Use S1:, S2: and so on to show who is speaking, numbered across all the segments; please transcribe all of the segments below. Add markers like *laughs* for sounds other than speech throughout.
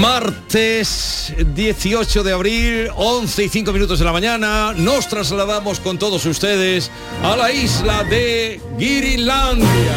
S1: Martes 18 de abril, 11 y 5 minutos de la mañana, nos trasladamos con todos ustedes a la isla de Girilandia.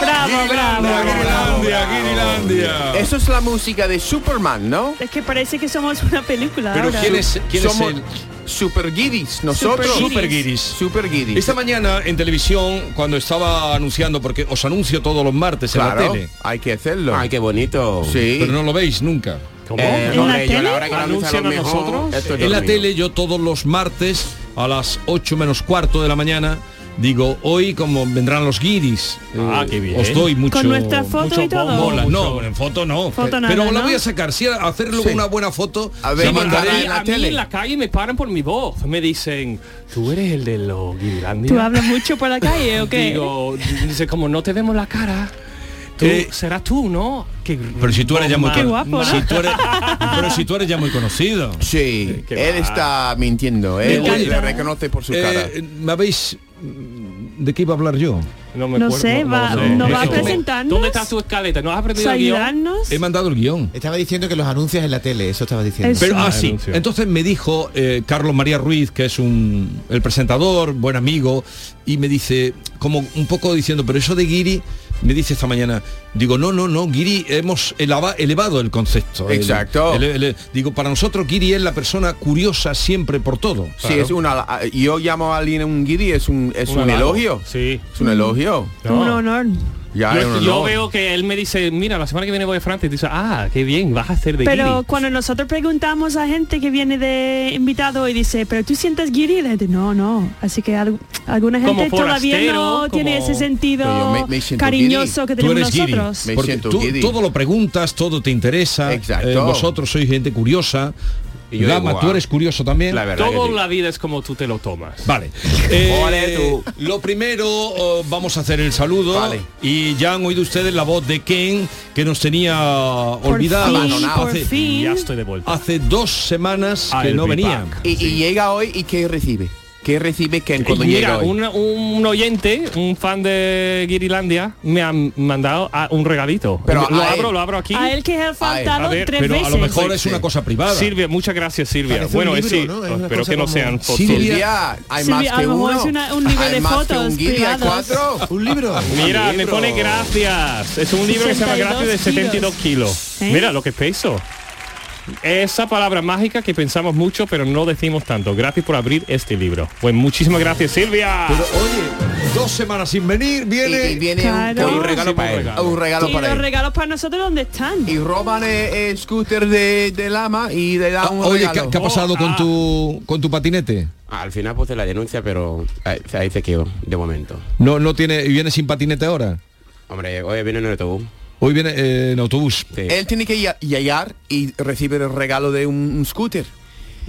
S2: Bravo, bravo.
S1: Girilandia, Girilandia.
S3: Eso es la música de Superman, ¿no?
S2: Es que parece que somos *laughs* una película
S1: Pero
S2: ahora.
S1: ¿quién es, quién es
S3: Somos
S1: el
S3: Super Guiris, nosotros.
S2: Guiris.
S1: Super Guiris?
S3: Super Guiris.
S1: Esta mañana en televisión, cuando estaba anunciando, porque os anuncio todos los martes en la
S3: Claro,
S1: tele,
S3: hay que hacerlo.
S4: Ay, qué bonito.
S3: Sí.
S1: pero no lo veis nunca.
S3: Eh,
S2: ¿En la
S3: hombre, yo
S2: tele?
S3: hora que lo anuncian
S5: ¿Anuncian a
S3: mejor,
S5: nosotros?
S3: esto es
S1: En la
S3: dormido.
S1: tele yo todos los martes a las 8 menos cuarto de la mañana digo hoy como vendrán los guiris.
S5: Ah, qué bien.
S1: Os doy mucho.
S2: Con nuestra foto
S5: mucho
S2: y todo.
S5: bombo,
S1: Mola.
S5: mucho.
S1: No, en foto no.
S2: Foto nada,
S1: Pero la
S2: ¿no?
S1: voy a sacar. Si a- hacerle
S3: Sí.
S1: una buena foto.
S3: A ver,
S1: la mandaré-
S3: mandará
S5: A mí-
S3: en la
S5: a mí
S3: tele.
S5: en la calle me paran por mi voz. Me dicen, tú eres el de los Guirlandia.
S2: ¿Tú hablas mucho por la calle o qué?
S5: Digo, dice, como no te vemos la cara, tú
S1: Eh,
S5: serás tú, ¿no? Qué gr-
S1: Pero si tú eres ya muy
S5: Qué
S1: cono-
S2: guapo, ¿no?
S1: si tú
S5: *laughs*
S1: eres- pero si tú eres ya muy conocido. Eh,
S3: Sí,
S5: Qué
S3: él
S5: va.
S3: está mintiendo. Él
S1: encanta.
S3: le reconoce por su cara.
S1: Eh, ¿Me habéis de qué iba a hablar yo?
S5: No me
S2: No
S5: acuerdo,
S2: sé, va-
S5: lo sé.
S1: ¿no va a
S5: Eso.
S2: presentarnos?
S5: ¿Dónde este está tu escaleta? ¿No has aprendido el guión?
S2: Pues ¿Ayudarnos?
S1: He mandado el guión.
S6: Estaba diciendo que los anuncias en la tele, eso estaba diciendo.
S2: Es-
S1: Pero
S2: Sí.
S1: ah, sí.
S5: Anuncio.
S1: Entonces me dijo eh, Carlos María Ruiz, que es un el presentador, buen amigo, y me dice, como un poco diciendo, pero eso de Guiri, me dice esta mañana, digo, no, no, no, Guiri hemos eleva- elevado el concepto. El-
S3: Exacto.
S1: el- el- digo, para nosotros Guiri es la persona curiosa siempre por todo.
S3: Sí, es una. eh, Yo llamo a alguien un guiri, es un es un,
S5: halago.
S3: elogio.
S5: Sí.
S3: Es un elogio.
S5: No.
S2: Un honor.
S3: Ya es
S5: Yo,
S3: un
S5: yo
S3: honor.
S5: veo que él me dice, mira, la semana que viene voy a Francia. Y dice, ah, qué bien, vas a hacer de
S2: Pero
S5: guiri".
S2: cuando nosotros preguntamos a gente que viene de invitado y dice, pero tú sientes guiri, la gente, no, no. Así que al- alguna
S5: Como
S2: gente Este todavía no
S5: forastero,
S2: tiene
S5: como-
S2: ese sentido
S3: Pero yo me- me siento
S2: cariñoso
S3: guiri.
S2: que
S1: Tú
S2: tenemos
S1: eres guiri.
S2: nosotros.
S3: Me
S1: Porque
S3: siento
S1: tú
S3: guiri.
S1: todo lo preguntas, todo te interesa. Eh,
S3: Exacto.
S1: vosotros sois gente curiosa.
S3: Y yo
S1: Gama,
S3: digo,
S1: tú
S3: ah,
S1: eres curioso también.
S3: La verdad.
S5: Todo
S3: que sí.
S5: la vida es como tú te lo tomas. Eh,
S1: Vale.
S3: Ole, tú.
S1: Lo primero, oh, vamos a hacer el saludo.
S3: Vale.
S1: Y ya han oído ustedes la voz de Ken, que nos tenía olvidada.
S2: por fin,
S3: abandonado
S2: por
S1: hace,
S2: fin.
S5: Ya estoy de vuelta.
S1: hace dos semanas
S5: Ah,
S1: que
S5: el
S1: no
S5: Big
S1: venía.
S5: Bang.
S3: Y, y llega hoy y qué recibe. ¿Qué recibe Ken cuando
S5: Eh, Mira,
S3: llega hoy?
S5: un, un oyente, un fan de Guirilandia, me han mandado a- un regalito.
S3: Pero
S5: lo
S3: a él.
S5: abro, lo abro aquí.
S2: A él que ha
S3: A
S2: faltado
S5: ver,
S2: tres
S1: Pero
S2: veces.
S1: a lo mejor es
S3: Sí.
S1: una cosa privada.
S5: Silvia, muchas gracias, Silvia.
S6: Parece un
S5: bueno,
S6: libro,
S5: sí, pues,
S6: ¿no?
S3: Pues
S6: Es una
S5: espero
S6: cosa
S5: que no
S6: como-
S5: sean fotos.
S1: Silvia-
S3: Silvia, hay
S2: Silvia,
S3: más
S2: a
S3: que
S2: lo mejor
S3: uno.
S2: es una- un libro
S3: Hay
S2: de
S3: más que
S2: fotos
S3: un guiri, hay
S2: privados.
S3: cuatro.
S6: Un libro.
S5: Mira, me
S3: libro.
S5: pone gracias. Es un libro que se llama
S2: 62
S5: Gracias de 72 kilos.
S2: kilos. ¿Eh?
S5: Mira lo que peso. Esa palabra mágica que pensamos mucho, pero no decimos tanto. Gracias por abrir este libro. Pues muchísimas gracias, Silvia.
S1: Pero oye, dos semanas sin venir,
S3: Y,
S1: viene.
S3: y viene
S2: Claro.
S3: un,
S2: Un
S5: regalo para él.
S3: Un regalo
S2: y
S3: para
S2: los
S3: él.
S2: regalos para nosotros, ¿dónde están?
S3: Y roban el, el scooter de, de Lama y le
S1: Ah,
S3: dan un
S1: oye, ¿qué,
S3: regalo.
S1: qué ha pasado
S5: Oh,
S1: con
S5: ah.
S1: tu con tu patinete?
S4: Al final puse la denuncia, pero eh, ahí se quedó, de momento.
S1: No, no tiene, y viene sin patinete ahora.
S4: Hombre, hoy viene en el autobús.
S1: Hoy viene eh, en autobús.
S4: Sí.
S3: Oh, Él tiene que ya- llegar y recibir el regalo de un, un scooter.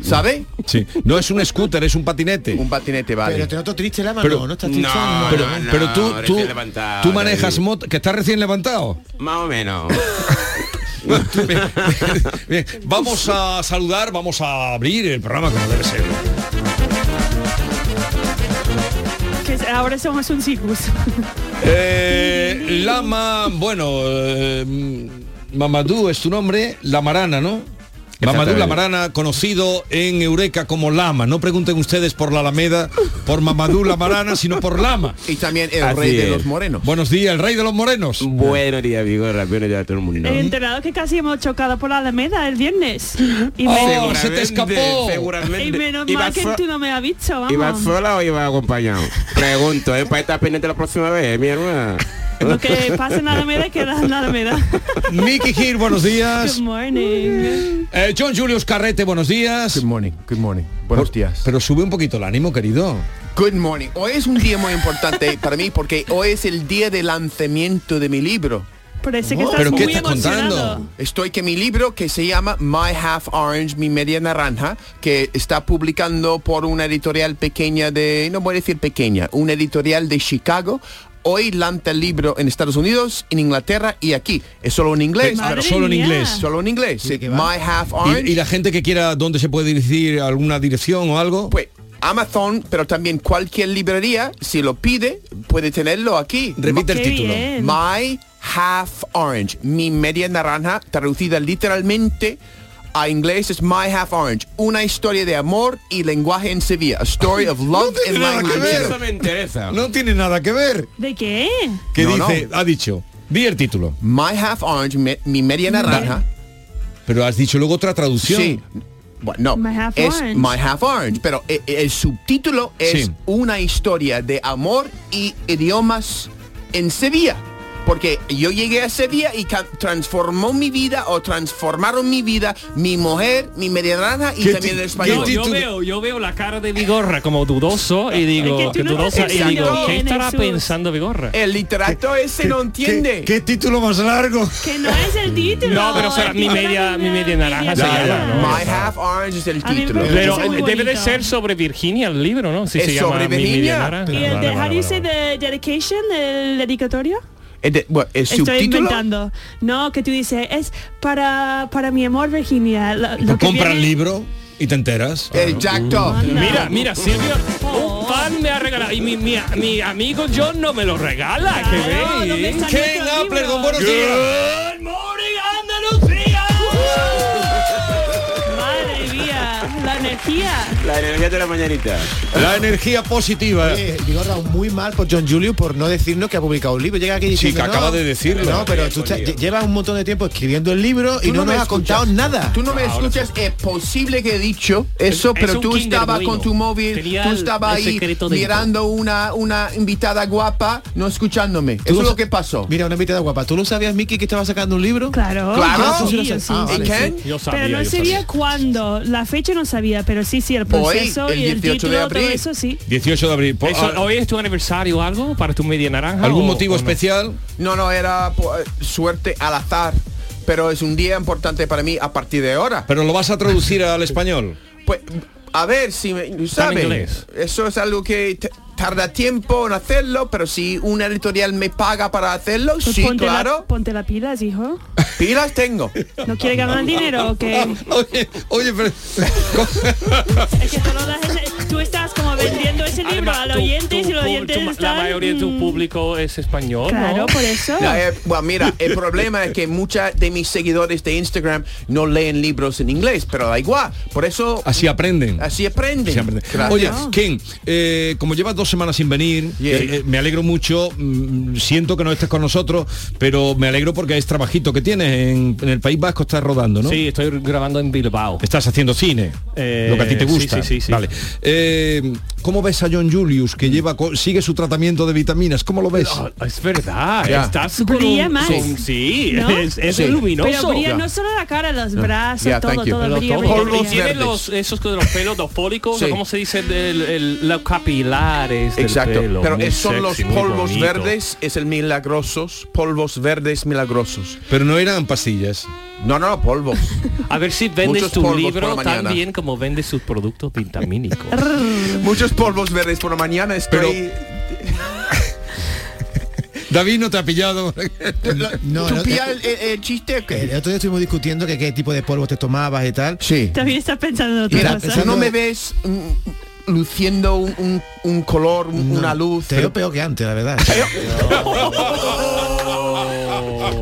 S3: ¿Sabe?
S1: Sí. No es un scooter, es un patinete.
S3: Un patinete, vale.
S6: Pero te noto triste la mano,
S1: Pero-
S6: no estás triste.
S4: No,
S1: pero,
S4: no,
S1: pero tú,
S4: recién
S1: tú,
S4: levantado,
S1: tú manejas
S4: David.
S1: moto, que está recién
S4: *laughs*
S1: levantado.
S4: Más o menos.
S1: Bien, bien. vamos a saludar, vamos a abrir el programa como debe ser.
S2: Que ahora somos un circus.
S1: Eh, Lama, bueno, eh, Mamadou es tu nombre, La Marana, ¿no? Mamadou
S4: Exactamente.
S1: Lamarana, conocido en Eureka como Lama. No pregunten ustedes por la Alameda, por Mamadou Lamarana, sino por Lama.
S3: Y también el
S4: Así
S3: rey de
S4: es.
S3: los morenos.
S1: Buenos días, el rey de los morenos.
S4: Buenos días, Vigorra. Buenos días a todo el mundo.
S2: El entrenador que casi hemos chocado por la Alameda el viernes. Y,
S1: Oh,
S2: me-
S1: se te escapó.
S4: Seguramente.
S2: y menos
S4: Ibas
S2: mal que
S4: so-
S2: tú no me has visto,
S4: ¿Ibas
S2: vamos.
S4: sola o ibas acompañado? Pregunto, ¿eh? Para estar pendiente la próxima vez, mi hermana.
S2: Lo que pasa
S4: *laughs*
S2: en la Alameda queda en la Alameda.
S1: Mickey Gir, buenos días.
S2: Good morning.
S1: Eh, John Julius Carrete, buenos días.
S3: Good morning, good morning. Buenos días.
S1: Pero sube un poquito el ánimo, querido.
S3: Good morning. Hoy es un día muy importante para mí porque hoy es el día de lanzamiento de mi libro.
S2: Parece que estás
S1: Oh. ¿Pero qué
S2: muy
S1: estás
S2: emocionado.
S1: contando?
S3: Estoy que mi libro que se llama My Half Orange, mi media naranja, que está publicando por una editorial pequeña de, no voy a decir pequeña, una editorial de Chicago. Hoy lanza el libro en Estados Unidos, en Inglaterra y aquí. Es solo en inglés.
S2: Madre
S1: Pero solo en
S2: mía.
S1: inglés.
S3: Solo en inglés.
S6: ¿Y de qué va?
S3: My Half Orange.
S1: Y, y la gente que quiera, ¿dónde se puede dirigir? ¿Alguna dirección o algo?
S3: Pues Amazon, pero también cualquier librería, si lo pide, puede tenerlo aquí.
S1: Repite el
S2: Qué
S1: título.
S2: bien.
S3: My Half Orange, mi media naranja, traducida literalmente a inglés es My Half Orange, una historia de amor y lenguaje en Sevilla, a story of love
S1: No tiene
S3: and
S1: nada que
S3: language.
S1: ver.
S4: Eso me interesa.
S1: No tiene nada que ver.
S2: ¿De qué?
S1: ¿Qué
S3: No,
S1: dice? Ha dicho. Di el título.
S3: My Half Orange, me- mi media naranja.
S1: Pero has dicho luego otra traducción.
S3: Sí. Bueno, no,
S2: My Half
S3: es
S2: Orange.
S3: My Half Orange, pero e- e- el, subtítulo es
S1: Sí.
S3: una historia de amor y idiomas en Sevilla. Porque yo llegué a Sevilla y ca- transformó mi vida o transformaron mi vida, mi mujer, mi media naranja y
S1: ¿Qué
S3: también
S1: ti-
S3: el
S1: qué
S3: español.
S5: No, yo
S1: Título.
S5: veo, yo veo la cara de Vigorra como dudoso y digo,
S2: Es que tú no
S5: dudosa,
S2: estás
S5: y
S2: pensando
S5: digo,
S2: bien
S5: ¿qué
S2: en
S5: estará
S2: Jesús.
S5: pensando Vigorra?
S3: El literato ese no entiende.
S1: ¿Qué título más largo?
S2: Que no es el título.
S5: No, pero será
S2: El
S5: mi
S2: título
S5: media-
S2: es
S5: mi media naranja se
S2: naranja.
S5: llama, ¿no?
S3: My Half Orange es el
S2: A mí me
S3: título.
S2: parece
S5: Pero
S2: Eso es muy
S5: eh, debe de
S2: bonito.
S5: ser sobre Virginia el libro, ¿no? Si
S3: Es
S5: se llama Mi
S3: sobre
S5: media
S3: Virginia.
S5: naranja.
S2: ¿Y
S5: Vale,
S2: el de,
S5: vale,
S2: how do you say
S5: vale.
S2: the dedication, el dedicatorio?
S3: Eh, de- bueno, el
S2: Estoy
S3: subtítulo
S2: inventando. No, que tú dices, es para, para mi amor, Virginia. Lo, lo
S1: Pues
S2: que
S1: compra el
S2: viene-
S1: libro y te enteras. Uh.
S3: el jackdaw.
S2: Anda.
S5: Mira, mira, Silvio, un pan me ha regalado y mi, mi, mi amigo John no me lo regala, que
S2: Claro,
S5: ve.
S2: ¿dónde está
S1: Ken
S2: nuestro
S1: Apler,
S2: libro?
S1: don Buenos días.
S5: Good morning, Andalucía.
S2: Madre mía, la energía.
S4: La energía de la mañanita.
S1: La energía positiva.
S6: Oye, Vigorra, Eh, muy mal por John Julius por no decirnos que ha publicado un libro. Llega aquí
S1: Sí,
S6: diciendo,
S1: que
S6: no,
S1: acaba de decirlo.
S6: No, pero tú estás- llevas un montón de tiempo escribiendo el libro y
S3: Tú
S6: no,
S3: me
S6: nos has
S3: escuchas.
S6: contado nada.
S3: Tú no me escuchas, es posible que he dicho eso,
S5: Es-
S3: pero
S5: es un
S3: tú
S5: Kinder
S3: estabas
S5: Bueno.
S3: con tu móvil,
S5: Tenía
S3: tú
S5: el-
S3: estabas
S5: el
S3: ahí
S5: secreto dentro.
S3: mirando una, una invitada guapa, no escuchándome. Eso
S6: lo
S3: es
S6: sa-
S3: lo que pasó.
S6: Mira, una invitada guapa. ¿Tú lo sabías, Miki, que estaba sacando un libro?
S2: Claro.
S3: Claro.
S2: yo
S3: Tú
S6: sí lo
S2: yo
S6: sabes. Ah,
S2: sí.
S6: vale.
S3: ¿Y Ken?
S5: Yo sabía,
S2: Pero no
S5: yo
S2: sabía
S5: sabía.
S2: cuándo, la fecha no sabía, pero sí, sí, el proceso
S3: el
S2: y el
S3: 18 de
S2: título,
S3: abril.
S2: todo eso sí.
S1: 18 de abril. Po-
S5: Eso,
S1: ah,
S5: ¿Hoy es tu aniversario o algo para tu media naranja?
S1: ¿Algún
S5: o-
S1: motivo
S5: o no?
S1: especial?
S3: No, no, era po- eh, suerte al azar, pero es un día importante para mí a partir de ahora.
S1: Pero lo vas a traducir al español.
S3: Pues, a ver si me, ¿sabes?
S5: inglés.
S3: Eso es algo que t- tarda tiempo en hacerlo, pero si una editorial me paga para hacerlo,
S2: Pues
S3: sí,
S2: ponte,
S3: claro.
S2: la, ponte las pilas, hijo.
S3: Pilas tengo.
S2: ¿No quiere
S3: *laughs*
S2: ganar dinero o qué?
S1: Oye, oye, pero...
S2: Es que solo la gente- tú estás como vendiendo ese libro
S5: Además,
S2: al
S5: tu-
S2: oyente
S5: tu-
S2: y los
S5: tu-
S2: oyentes
S5: tu- La
S2: están,
S5: mayoría de tu
S2: mm,
S5: público es español,
S2: *laughs* Claro,
S5: ¿no?
S2: por eso.
S3: No, eh, bueno, mira, el problema es que muchas de mis seguidores de Instagram no leen libros en inglés, pero da igual. Por eso así,
S1: Así aprenden.
S3: aprenden.
S1: Así aprenden.
S3: Gracias.
S1: Oye, Ken, eh, como llevas dos semanas sin venir,
S3: Yeah.
S1: eh, eh, me alegro mucho, mm, siento que no estés con nosotros, pero me alegro porque es trabajito que tienes en, en el País Vasco, estás rodando, ¿no?
S5: Sí, estoy grabando en Bilbao.
S1: Estás haciendo cine,
S5: Eh,
S1: lo que a ti te
S5: sí,
S1: gusta.
S5: sí, sí, sí.
S1: Vale. Eh, ¿Cómo ves a John Julius que lleva co- sigue su tratamiento de vitaminas? ¿Cómo lo ves?
S5: Ah, es verdad,
S3: Ya.
S5: estás con
S2: Brilla
S5: un-
S2: más.
S5: con- sí,
S2: ¿no?
S5: es, es
S3: Sí.
S5: luminoso.
S2: Pero brilla
S3: Ya. Ah.
S2: no solo la cara, los brazos,
S3: Ya,
S2: todo,
S3: thank you.
S2: todo
S5: Pero
S2: brilla,
S5: todo,
S2: brilla,
S3: Por los
S2: brilla.
S5: tiene
S3: verdes.
S5: los esos que de los pelos, los fólicos,
S3: Sí.
S5: ¿cómo se dice? Del- el- los capilares. del
S3: Exacto,
S5: pelo,
S3: pero
S5: muy
S3: es- son los
S5: sexy, muy
S3: polvos
S5: bonito.
S3: verdes, es el milagrosos, polvos verdes milagrosos.
S1: Pero no eran pastillas.
S3: No, no,
S1: *laughs*
S3: no, polvos.
S5: A ver si vendes
S3: Muchos
S5: tu
S3: polvos por
S5: libro
S3: la
S5: tan
S3: mañana.
S5: bien como vendes sus productos vitamínicos.
S3: *laughs* Muchos polvos verdes por la mañana estoy...
S1: David no te ha pillado. *laughs*
S6: No,
S3: ¿Tú
S6: no,
S3: pillas
S6: eh,
S3: el, el- el chiste? o qué?
S6: El otro día estuvimos discutiendo que qué tipo de polvo te tomabas y tal.
S3: Sí.
S2: También estás pensando en otra
S3: Mira,
S2: cosa.
S3: tú no me ves mm, luciendo un, un- un color, un- una luz.
S6: Te veo peor que antes, la verdad.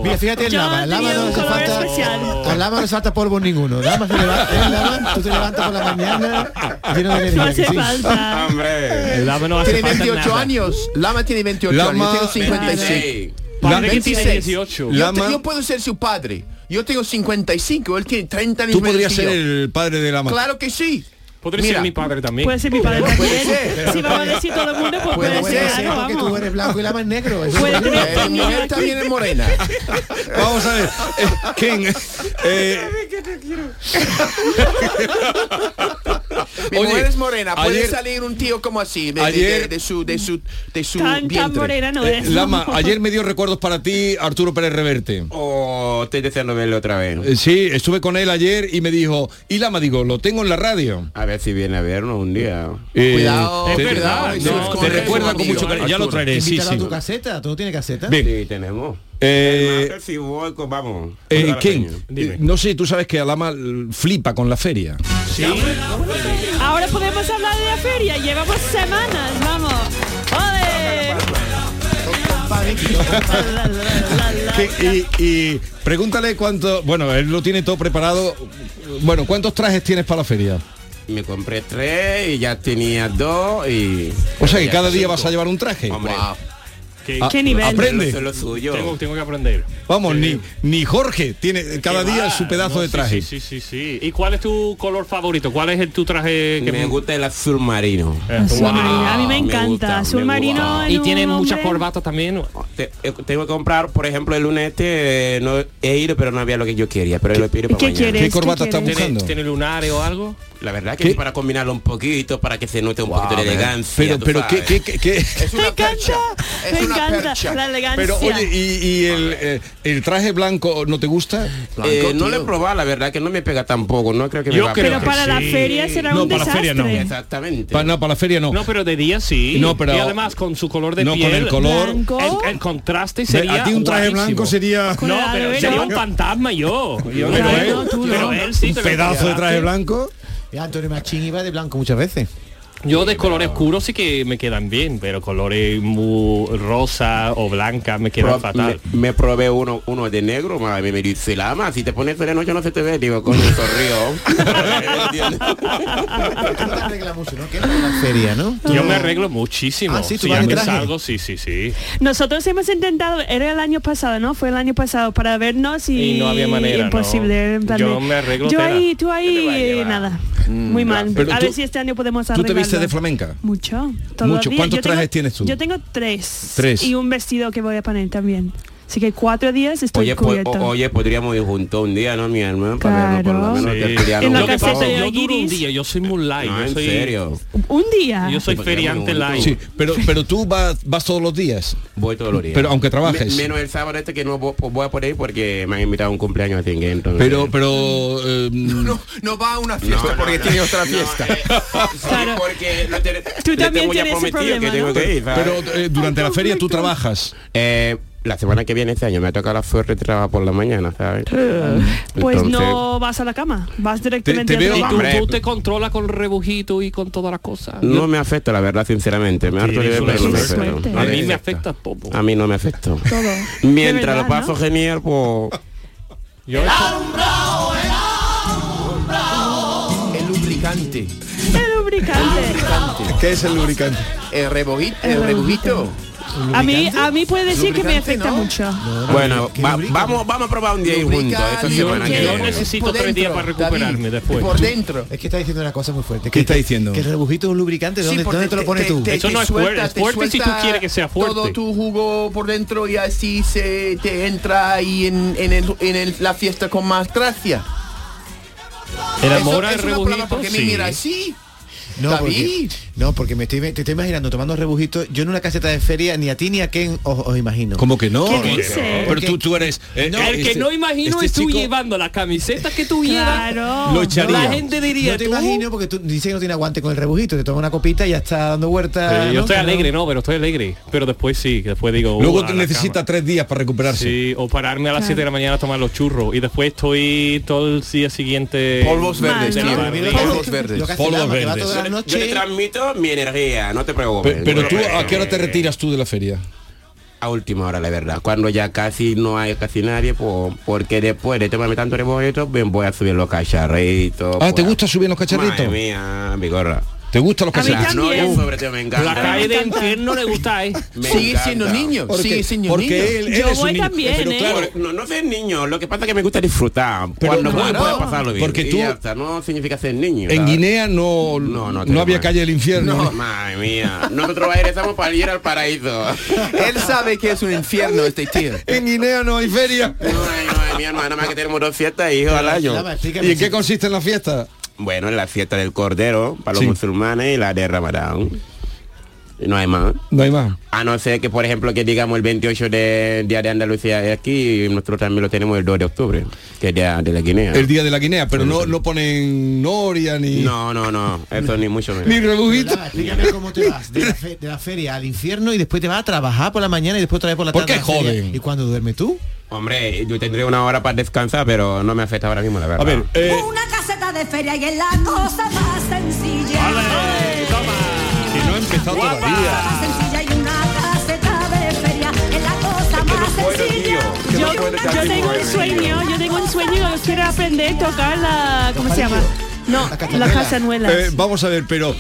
S6: Mira, fíjate el
S2: Yo
S6: lava. El lava
S2: tenía
S6: no
S2: un
S6: hace
S2: color
S6: falta.
S2: especial.
S6: Al lava no salta polvo ninguno. Nada más se levanta, el lava, tú te levantas por la mañana lleno de
S2: No
S6: energía.
S2: hace
S6: que sí.
S2: falta.
S4: Hombre.
S5: El Lama no hace
S3: Tiene
S5: falta
S3: 28
S5: nada.
S3: años. Lama tiene 28
S1: Lama-
S3: años. Yo tengo 56.
S4: Sí.
S5: Padre que tiene
S3: 26.
S5: 18.
S3: Yo, te-
S1: Lama-
S3: yo puedo ser su padre. Yo tengo 55. Él tiene 30 años.
S1: Tú
S3: menos
S1: podrías
S3: que
S1: ser
S3: yo.
S1: el padre de la madre.
S3: Claro que sí.
S5: Podría
S3: Mira.
S5: ser mi padre también.
S2: Puede ser mi padre también.
S3: ser.
S2: Si vamos a decir todo el mundo, pues
S3: Puede
S2: puede,
S6: Pero
S3: ser,
S6: bueno,
S2: ser.
S6: sí,
S2: algo,
S3: no,
S6: porque tú
S2: vamos.
S6: eres blanco y lama es negro.
S1: Pues
S6: eso
S2: Puede
S6: es
S2: tener-
S6: verdad.
S3: Eh, mi mujer también es morena.
S1: *laughs* Vamos a ver. eh, Ken,
S2: *laughs*
S1: eh,
S3: Mi
S1: Oye,
S3: mujer es morena. Puede
S1: ayer-
S3: salir un tío como así. De, de-
S1: ayer-
S3: de- de su, de su, de su
S2: Tan, tan
S3: vientre.
S2: morena no
S1: eh,
S2: es. *laughs*
S1: Lama, ayer me dio recuerdos para ti Arturo Pérez Reverte.
S4: Oh, estoy deseando verlo otra vez.
S1: Eh, Sí, estuve con él ayer y me dijo, y Lama, digo, lo tengo en la radio.
S4: A ver si viene a vernos un día.
S1: Eh,
S3: Cuidado,
S1: te,
S3: cuidado,
S1: te-
S3: eso es
S1: te
S3: correcto,
S1: recuerda con
S3: amigo,
S1: mucho cariño. Ya lo
S5: Arturo.
S1: traeré, sí,
S6: Invítala
S1: sí.
S6: a tu caseta. ¿Tú no tienes caseta?
S1: Bien.
S4: Sí, tenemos.
S1: Eh,
S4: Además, si voy con- vamos.
S1: eh,
S4: Ahora
S1: Ken,
S4: vengo.
S1: eh, no sé, tú sabes que Alama eh, flipa con la feria.
S2: Ahora podemos hablar de la feria. Llevamos semanas, vamos. ¡Ole! La, la, la, la.
S1: Que- y, y pregúntale cuánto, bueno, él lo tiene todo preparado. Bueno, ¿cuántos trajes tienes para la feria?
S4: Me compré tres y ya tenía dos y.
S1: O sea que
S4: ya
S1: cada día
S4: cinco.
S1: vas a llevar un traje.
S4: Hombre,
S3: Wow.
S5: Que-
S1: Ah,
S2: ¿Qué nivel?
S1: Aprende.
S4: Eso es lo suyo.
S5: tengo, tengo que aprender.
S1: Vamos, ni, ni Jorge tiene cada
S5: ¿Qué
S1: día
S5: va?
S1: su pedazo
S5: Ah, No,
S1: de
S5: sí,
S1: traje.
S5: Sí, sí, sí, sí. ¿Y cuál es tu color favorito? ¿Cuál es el, tu traje que
S4: Me gusta el azul marino.
S5: Eh,
S2: Azul
S3: Ah.
S2: marino. Ah, A mí me
S4: Me
S2: encanta.
S4: gusta,
S2: Azul
S4: me
S2: marino.
S4: gusta.
S2: en
S5: Y
S2: un
S5: tiene muchas
S2: hombre.
S5: corbatas también.
S4: Te- eh, tengo que comprar, por ejemplo, el lunes este eh, no he ido, pero no había lo que yo quería, pero lo pido para
S2: ¿Qué
S4: mañana.
S2: quieres?
S1: ¿Qué corbata
S2: ¿Qué
S1: está
S2: quieres?
S5: ¿Tiene,
S1: buscando?
S5: ¿Tiene lunares o algo?
S4: La verdad que
S1: ¿Qué?
S4: es para combinarlo un poquito, para que se note un poquito de elegancia.
S1: Pero,
S4: tú
S1: pero, ¿qué,
S4: sabes.
S1: qué- qué- qué-
S3: Es
S2: Me
S3: una percha.
S2: encanta.
S3: Es
S2: Me
S3: una
S2: encanta.
S3: percha.
S2: La elegancia.
S1: Pero, oye, ¿y, y el, eh, el traje blanco no te gusta?
S3: Blanco,
S4: Eh, no
S3: tío.
S4: lo he probado, la verdad que no me pega tampoco, Pues no creo que me
S5: Yo
S4: va a
S5: creo
S2: pero
S4: pegar.
S2: para la
S5: sí.
S2: feria será
S5: No,
S2: un
S5: para la
S2: desastre.
S5: feria no.
S4: Exactamente.
S1: Pa- no, para la feria no.
S5: No, pero de día sí.
S1: No, pero-
S5: y además con su color de
S1: no, con
S5: piel.
S1: el color.
S2: Blanco.
S5: El, el contraste sería.
S1: a ti un traje
S5: guapísimo.
S1: blanco sería eh,
S2: Con
S5: No,
S2: el
S5: pero
S2: albero.
S5: sería un fantasma yo. Yo
S2: Pero
S5: no,
S2: él-
S5: no, tú no.
S2: pero
S5: él sí.
S1: un
S5: pero-
S1: pedazo de traje blanco.
S6: Ya, Eh, Antonio Machín iba de blanco muchas veces.
S5: Yo de colores oscuros sí que me quedan bien, pero colores muy rosa o blanca me quedan
S4: Pro-
S5: fatal.
S4: Me, me probé uno, uno de negro, madre, me dice, Lama, si te pones de noche no se te ve, digo,
S2: *laughs*
S4: con el sorrío.
S6: Tú te arreglas mucho, ¿no? Que
S2: *laughs*
S6: es la feria, ¿no?
S5: Yo me arreglo muchísimo.
S6: Ah, sí, tú
S5: si
S6: vas
S5: ya
S6: de
S5: me
S6: traje.
S5: salgo, sí, sí, sí.
S2: Nosotros hemos intentado, era el año pasado, ¿no? Fue el año pasado para vernos y,
S5: Y no había manera,
S2: imposible.
S5: no.
S2: en plan
S5: Yo
S2: de-
S5: me arreglo
S2: Yo
S5: tela.
S2: ahí,
S4: ¿Qué te
S2: tú
S4: va a
S2: ahí,
S4: llevar?
S2: nada.
S5: Mm,
S2: Muy mal.
S1: Pero
S2: a
S1: tú-
S2: ver si este año podemos
S1: ¿Tú
S2: arreglarlo.
S1: te viste de flamenca?
S2: Mucho. todavía.
S1: Mucho. ¿Cuántos
S2: Yo tengo-
S1: trajes tienes tú?
S2: Yo tengo tres.
S1: Tres.
S2: Y un vestido que voy a poner también. Así que cuatro días estoy
S1: pues,
S4: oye, po-
S2: cubierta.
S1: oh,
S4: o- oye, podríamos ir juntos un día, ¿no, mi hermano? Para vernos por lo
S2: Claro.
S4: menos.
S5: Sí.
S4: que el día
S2: En
S4: no-
S2: la
S5: Lo que
S2: caseta
S5: pasa es
S2: de
S5: que yo duro un
S2: Aguiris.
S5: día, yo soy muy light.
S4: No,
S5: yo
S4: en
S5: soy,
S4: serio.
S1: oh.
S2: un día.
S5: Yo soy
S4: Pues
S5: feriante
S4: ya me
S5: light.
S4: voy.
S1: Sí, pero, pero tú vas, vas todos los días.
S4: Voy todos los días.
S1: Pero aunque trabajes.
S4: Me- menos el sábado este que no vo- pues voy a poder ir porque me han invitado a un cumpleaños así que entonces-
S1: Pero, pero... eh,
S4: *laughs*
S3: No, *laughs* no va a una
S4: No,
S3: fiesta
S4: no,
S3: porque
S4: no.
S3: tiene otra
S4: No,
S3: fiesta.
S4: eh, sí,
S2: Claro.
S4: porque lo te-
S2: Tú
S4: le
S2: también
S4: tengo ya
S2: tienes ese
S4: prometido que
S2: problema,
S4: tengo
S2: ¿no?
S4: que ir, ¿sabes?
S1: pero eh, durante la feria tú trabajas.
S4: Eh, la semana que viene este año me ha tocado la suerte de trabajar por la mañana, ¿sabes?
S2: Pues
S4: Entonces-
S2: no vas a la cama. Vas
S1: Te,
S2: directamente
S1: te
S2: a
S1: veo...
S5: Y
S2: trabajar.
S5: tú,
S4: Hombre.
S5: tú te controlas con rebujito y con todas las cosas.
S4: No me afecta, la verdad, sinceramente. Me harto de
S5: Tienes
S4: ver,
S5: una
S4: pero no me
S2: suerte.
S4: afecta.
S5: a mí
S4: Eh,
S5: me afecta poco.
S4: A mí no me afectó.
S2: Todo.
S4: Mientras
S2: De
S4: lo
S2: verdad,
S4: paso
S2: ¿no?
S4: genial, pues...
S5: Yo he hecho-
S3: El lubricante.
S2: El lubricante.
S1: ¿Qué es el lubricante?
S3: El rebujito. El rebujito.
S2: A mí, a mí puede decir que me
S3: Lubricante,
S2: afecta
S3: ¿no?
S2: mucho.
S4: Bueno, va- vamos, vamos a probar un día ahí juntos.
S3: Lubrica-
S4: Esta semana que
S5: yo
S4: viene.
S5: necesito
S3: Por
S5: tres días para
S3: dentro,
S5: recuperarme
S3: David,
S5: después.
S3: Por dentro.
S6: Es que está diciendo una cosa muy fuerte.
S1: ¿Qué está diciendo?
S6: Que el rebujito es un lubricante.
S3: Sí,
S6: ¿Dónde,
S3: porque
S6: dónde te, lo pones tú?
S5: Eso no es fuerte, es
S3: te
S5: fuerte si tú
S3: suelta
S5: quieres que sea fuerte.
S3: Todo tu jugo por dentro y así se te entra ahí en, en el- en el- la fiesta con más gracia.
S5: El
S3: Eso
S5: amor al
S3: es una palabra
S5: rebujito,
S3: porque me
S5: sí.
S3: mira así.
S6: No, porque,
S3: David.
S6: no, porque me estoy, te estoy imaginando tomando rebujito. Yo en una caseta de feria, ni a ti ni a Ken os, os imagino.
S1: Como que no.
S2: ¿Qué dice?
S1: Pero tú, tú eres... eh,
S5: El que
S1: este-
S5: no imagino
S1: este
S5: es tú
S1: chico-
S5: llevando la camiseta que tú llevas.
S2: Claro.
S1: Lo echaría.
S5: La gente diría
S6: No te
S5: tú.
S6: imagino porque tú dices que no tiene aguante con el rebujito. Te toma una copita y ya está dando vueltas.
S5: Sí,
S6: ¿no?
S5: yo estoy
S6: Que
S5: alegre, no, pero estoy alegre. Pero después sí, que después digo.
S1: Luego
S5: "Uh, a
S1: te
S5: la
S1: necesita
S5: cama".
S1: tres días para recuperarse.
S5: Sí, o pararme a las
S2: Claro.
S5: 7 de la mañana a tomar los churros y después estoy todo el día siguiente
S3: Polvos
S2: Mal,
S3: verdes,
S2: ¿no?
S3: tío.
S2: Pero
S6: mira,
S3: Polvos
S6: lo-
S3: verdes.
S6: Lo que hace
S1: Polvos
S6: Lama, que va
S1: verdes.
S6: toda la
S4: Yo le
S6: noche.
S4: transmito mi energía, no te
S1: Pe-
S4: preocupes.
S1: Pero,
S4: No
S1: tú,
S4: te
S1: ¿a qué hora te
S4: preocupes.
S1: retiras tú de la feria?
S4: pues a última hora, la verdad. Cuando ya casi no hay casi nadie, pues, porque después de tomarme tanto rebolleto, bien voy a subir los cacharritos.
S1: Ah, ¿te
S4: pues.
S1: gusta subir los cacharritos?
S4: Madre mía, mi gorra.
S1: ¿Te gustan los
S2: A mí
S4: La
S1: cacharritos?
S2: también.
S4: novia sobre todo me encanta.
S5: La calle de infierno le gusta, ¿eh?
S4: Me
S3: Sigue
S4: encanta.
S3: siendo niño,
S1: Porque-
S3: sigue siendo niño.
S1: Porque él, él
S2: Yo
S1: es un
S2: voy
S1: niño.
S2: también,
S1: Pero
S2: ¿eh?
S1: claro,
S4: No, no soy niño, lo que pasa es que me gusta disfrutar.
S1: Pero
S4: Cuando voy
S1: claro.
S4: puedo pasarlo bien.
S1: Porque
S4: Y
S1: tú-
S4: ya está, no significa ser niño.
S1: en
S4: ¿sabes?
S1: Guinea no, no,
S4: No, no tenemos.
S1: había calle del infierno.
S4: No, madre mía. Nosotros regresamos para ir al paraíso. No,
S3: Él sabe que es un infierno este tío.
S1: En Guinea no hay feria.
S4: ay, madre mía, no, nada más que tenemos dos fiestas, hijo, al año.
S6: Nada, explícame
S1: ¿Y en qué
S6: si-
S1: consiste la fiesta?
S4: Bueno, la fiesta del Cordero para los
S1: Sí.
S4: musulmanes y la de Ramadán. Y No hay más.
S1: No hay más.
S4: A no ser que, por ejemplo, que digamos el 28 de Día de Andalucía es aquí y nosotros también lo tenemos el 2 de octubre, que es Día de la Guinea.
S1: El día de la Guinea, pero no, no ponen noria ni,
S4: No, no, no, eso ni mucho
S1: ni
S4: menos.
S1: rebujito.
S6: Nada, explícame cómo te vas de la, fe- de la feria al infierno y después te vas a trabajar por la mañana y después otra vez por la
S1: ¿Por
S6: tarde.
S1: qué
S6: a la feria.
S1: joden?
S6: ¿Y cuándo duermes tú?
S4: Hombre, yo tendré una hora para descansar, pero no me afecta ahora mismo, la verdad. Uh.
S5: A ver, eh,
S7: Una caseta de feria y es la cosa más sencilla.
S5: que no ha empezado todavía.
S7: Más sencilla y una caseta de feria es la cosa más sencilla.
S2: Yo, yo tengo un sueño, yo tengo un sueño, yo quiero aprender a tocar la... ¿Cómo se llama? No, la castañuela.
S1: Eh, vamos a ver, pero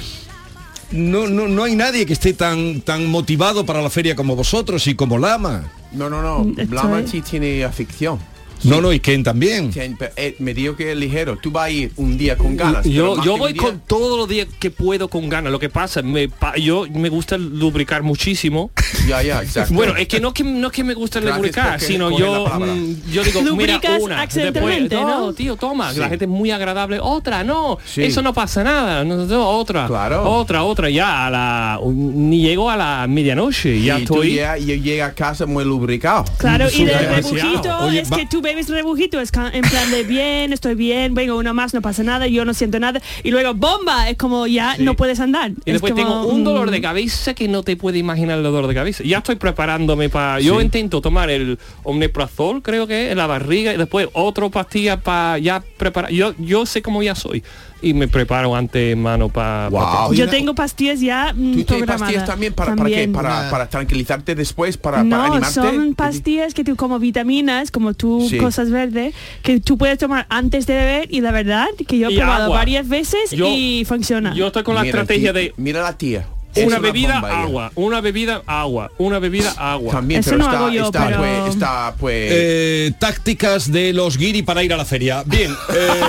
S1: no, no, no hay nadie que esté tan, tan motivado para la feria como vosotros y como Lama.
S3: No, no, no.
S2: Estoy-
S3: Blaman sí tiene afición.
S1: No, no, y Ken también.
S3: Tien- pe- eh, Me dijo que es ligero. Tú vas a ir un día con ganas. pero
S5: Yo,
S3: más
S5: yo
S3: que
S5: voy
S3: un
S5: con
S3: día-
S5: todos los días que puedo con ganas. Lo que pasa, me, pa- yo me gusta lubricar muchísimo.
S3: *laughs* Ya, ya, exacto.
S5: Bueno, es que no, que no es que me gusta
S3: Gracias
S5: lubricar,
S3: porque
S5: sino
S3: coge
S5: yo,
S3: la palabra.
S5: mm, yo digo, mira,
S2: Lubricas
S5: una, después,
S2: accidentalmente,
S5: no,
S2: ¿no?
S5: tío, toma, la
S3: Sí.
S5: gente es muy agradable, otra, no,
S3: Sí.
S5: eso no pasa nada, no, no, otra,
S3: Claro.
S5: otra, otra, ya, a la, ni llego a la medianoche, ya
S3: y tú
S5: estoy...
S3: ya- yo llegué a casa muy lubricado.
S2: Claro, y del
S5: Demasiado.
S2: rebujito,
S1: Oye,
S2: es
S1: va-
S2: que tú bebes rebujito, es ca- en plan de bien, estoy bien, vengo una más, no pasa nada, yo no siento nada. Y luego, bomba, es como ya no puedes andar.
S5: Y
S2: Es
S5: después
S2: como,
S5: tengo un dolor de
S2: mm,
S5: cabeza que no te puede imaginar el dolor de cabeza. Ya estoy preparándome para... Yo intento tomar el omeprazol, creo que es, en la barriga, y después otro pastilla para ya preparar. Yo, yo sé cómo ya soy. Y me preparo antes, mano, para...
S3: Wow.
S2: Yo
S6: Oye,
S2: tengo pastillas ya mm,
S3: ¿Tú tienes
S2: programadas.
S3: pastillas también para,
S2: También.
S3: para qué? Para,
S6: Una-
S3: para tranquilizarte después, para, para
S2: no,
S3: animarte.
S2: son pastillas que tú como vitaminas, como tú
S3: Sí.
S2: cosas verdes, que tú puedes tomar antes de beber y la verdad que yo he
S5: Y
S2: probado
S5: agua.
S2: varias veces
S5: Yo-
S2: y funciona.
S5: Yo estoy con la
S3: Mira,
S5: estrategia
S3: tí-
S5: de
S3: Mira la tía. Es
S5: una bebida
S3: bomba ella.
S5: agua, una bebida agua, una bebida agua.
S3: También,
S2: Eso
S3: pero
S2: no
S3: está,
S2: hago yo,
S3: está,
S2: pero-
S3: pues, está, pues,
S1: Eh, tácticas de los guiri para ir a la feria. Bien, eh,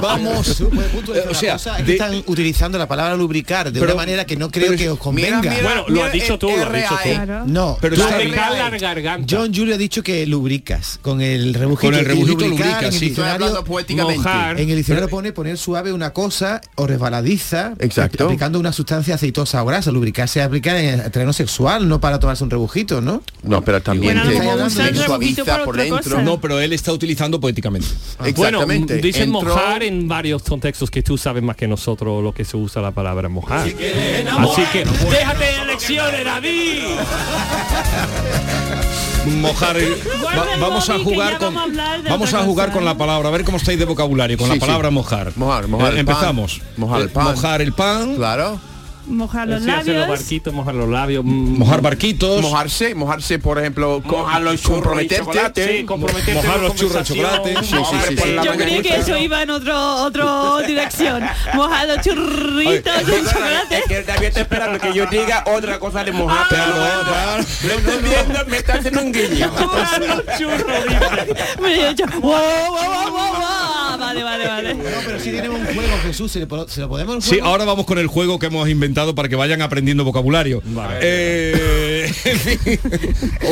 S1: vamos. eh,
S6: o sea,
S1: de-
S6: están utilizando la palabra lubricar de
S1: Pero-
S6: una manera que no creo
S1: pero-
S6: que os
S3: mira,
S6: convenga.
S3: mira,
S5: Bueno, lo has
S3: mira
S1: eh,
S5: dicho
S3: el
S5: tú, lo
S8: E.
S5: has dicho tú.
S3: RAE.
S1: E.
S2: Claro.
S6: No,
S1: Pero
S3: está-
S5: Lubricar la
S3: RAE.
S5: garganta.
S6: John Julio ha dicho que lubricas con el rebujito.
S1: Con el
S6: y
S1: rebujito
S6: lubricar
S1: lubricas,
S6: en el
S1: sí.
S3: Estoy hablando
S6: diccionario,
S3: poéticamente.
S5: mojar.
S6: en el diccionario pone poner suave una cosa o resbaladiza,
S3: Exacto.
S6: aplicando una sustancia aceitosa o grasa. Lubricarse aplicar en el terreno sexual, no para tomarse un rebujito, ¿no?
S3: *laughs* No, pero también
S2: Bueno,
S6: no podemos usar
S3: te
S6: el
S2: rebujito
S3: suaviza
S2: para
S3: por
S2: otra
S3: dentro.
S2: cosa.
S1: No, pero él está utilizando poéticamente.
S5: Bueno,
S3: Exactamente.
S5: mm, dicen
S3: Entró-
S5: mojar en varios contextos que tú sabes más que nosotros lo que se usa la palabra mojar. Así que déjate de lecciones, David.
S1: Mojar.
S2: *laughs*
S1: eh,
S2: Guarda
S1: va-
S2: el
S1: vamos a
S2: móvil, que
S1: jugar
S2: ya
S1: con
S2: vamos a hablar de
S1: vamos
S2: otra
S1: a jugar
S2: cosa,
S1: con
S2: ¿eh?
S1: la palabra, a ver cómo estáis de vocabulario con
S3: Sí,
S1: la
S3: sí.
S1: palabra mojar. Eh,
S3: Mojar, mojar el pan.
S1: empezamos.
S3: Mojar el
S1: Eh,
S3: pan.
S1: Mojar el pan.
S3: Claro.
S2: Mojar los
S5: Sí, hacer los
S2: labios.
S5: barquitos, mojar los labios. mm,
S1: Mojar barquitos.
S3: Mojarse, mojarse, por ejemplo, con-
S4: Mojar los churros y
S3: comprometerte.
S4: chocolate.
S5: Sí, comprometerte
S1: Mojar
S5: en una
S1: los churros y
S5: conversación.
S1: chocolate. Sí,
S3: sí, sí,
S5: por
S3: sí.
S5: la
S2: Yo creí que
S5: mañanita.
S2: eso iba en otro otro
S4: *laughs*
S2: dirección. Mojar los churritos de chocolate. Ah,
S4: Es que David está esperando que yo diga otra cosa de mojar, pero no,
S1: Claro, claro.
S4: Lo estoy viendo, me está haciendo un
S2: *laughs*
S4: guiño.
S5: Mojar los churros, dice.
S2: Me he dicho, wow, wow, wow, wow, wow. Vale, vale, vale.
S6: No, pero si tenemos un juego, Jesús, ¿se, le po- se lo podemos
S1: Sí, ahora vamos con el juego que hemos inventado para que vayan aprendiendo vocabulario. Eh, en fin,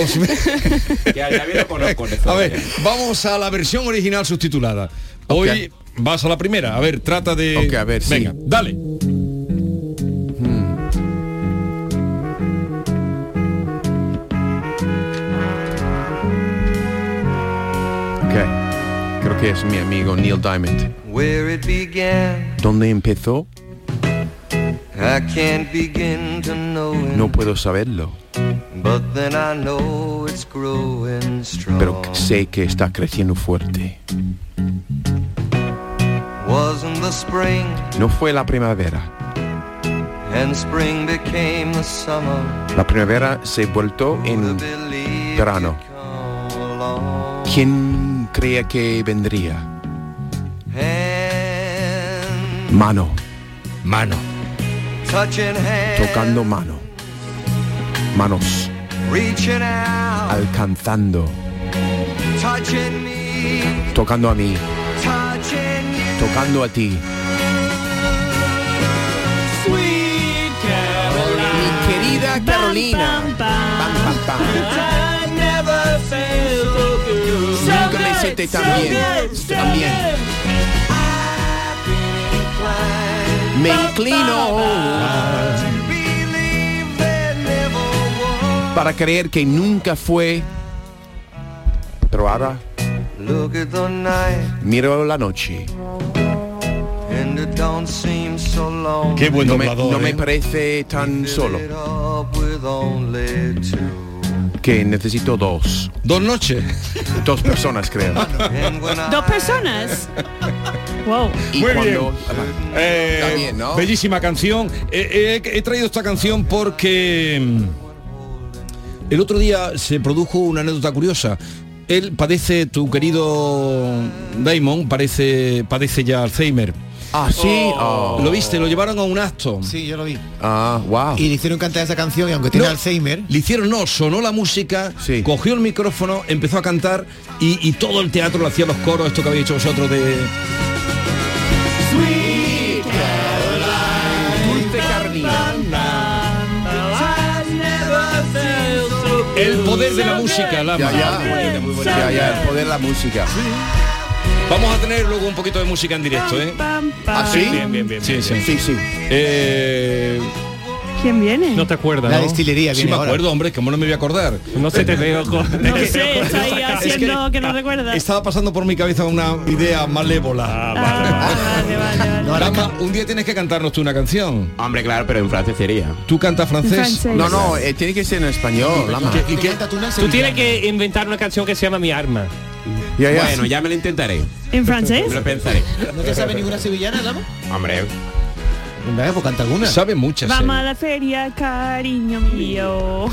S1: os ve-
S4: *laughs* Que a David lo conozco. de
S1: a
S4: sobra.
S1: ver, vamos a la versión original subtitulada. Hoy
S3: Ok.
S1: vas a la primera. A ver, trata de.
S3: Ok, a ver, sí.
S1: Venga, dale.
S3: Ok. Creo que es mi amigo Neil Diamond.
S9: Where it began,
S3: ¿Dónde empezó?
S9: I can't begin to know it,
S3: No puedo saberlo,
S9: but then I know it's growing strong.
S3: pero sé que está creciendo fuerte.
S9: Wasn't the spring
S3: No fue la primavera,
S10: and spring became the summer.
S3: La primavera se vuelto en
S10: Believe
S3: verano.
S10: it come along.
S3: ¿Quién creía que vendría?
S10: Hand,
S3: Mano,
S1: Mano.
S10: touching hand,
S3: tocando mano. Manos,
S10: reaching out,
S3: alcanzando,
S10: touching me,
S3: tocando a mí,
S10: touching you.
S3: tocando a ti. Mi querida Carolina.
S2: Pam, pam,
S3: Pam, pam, pam. Nunca me senté tan bien. Tan bien. Me inclino
S10: Believe there never was.
S3: para creer que nunca fue. Pero ahora
S10: Look at the night
S3: miro la noche.
S10: and it don't seem so long.
S1: Qué buen
S3: No me,
S1: doblador.
S3: no me
S1: ¿eh?
S3: parece tan
S10: Fill
S3: solo
S10: it up with only *laughs* two.
S3: que necesito dos.
S1: Dos noches.
S3: Dos personas, creo.
S1: *laughs*
S10: And when I
S2: Dos personas. Wow.
S3: Y
S1: Muy
S3: cuando-
S1: Eh,
S3: Está bien, ¿no?
S1: Bellísima canción. Eh, eh, he traído esta canción porque mm, el otro día se produjo una anécdota curiosa. Él padece, tu querido Damon, parece, padece ya Alzheimer.
S3: Ah, sí. oh.
S1: Lo viste, lo llevaron a un acto.
S6: Sí, yo lo vi.
S3: Ah, wow.
S6: Y le hicieron cantar esa canción y aunque tiene
S1: No.
S6: Alzheimer,
S1: Le hicieron, no, sonó la música,
S3: Sí.
S1: cogió el micrófono, empezó a cantar y, y todo el teatro lo hacía los coros, esto que habéis dicho vosotros de... El poder de la música, la
S3: Ya, ya. Ya, ya, el poder de la música.
S1: Vamos a tener luego un poquito de música en directo, ¿eh?
S2: Pam, pam.
S3: ¿Ah, sí?
S1: Sí, sí.
S3: Sí, sí.
S1: Eh,
S2: ¿Quién viene?
S5: No te acuerdas,
S6: la
S5: ¿no?
S6: destilería
S1: sí
S6: viene
S1: me
S6: ahora.
S1: acuerdo, hombre, que como no me voy a acordar.
S5: No se te veo
S1: *laughs*
S5: con...
S2: No sé, está ahí
S1: Es ah,
S2: haciendo que no recuerda.
S1: Estaba pasando por mi cabeza una idea malévola.
S5: Ah, vale, vale.
S2: Ah, vale, vale, vale.
S6: No, ahora
S1: Dama, un día tienes que cantarnos tú una canción.
S4: Hombre, claro, pero en francés sería.
S1: ¿Tú cantas francés?
S2: Francés.
S3: No, no, eh, tiene que ser en español, Lama.
S1: ¿Qué- y
S6: Te
S1: qué-
S6: canta tú una
S5: Tú tienes
S6: sevillana.
S5: que inventar una canción que se llama Mi Arma.
S3: Ya, ya.
S4: Bueno, ya me lo intentaré.
S2: ¿En francés?
S4: Me lo pensaré.
S6: ¿No te sabe ninguna sevillana, Lama?
S4: Hombre,
S3: eh,
S6: Venga, pues canta alguna.
S1: Sabe muchas. eh.
S2: Vamos a la feria, cariño mío.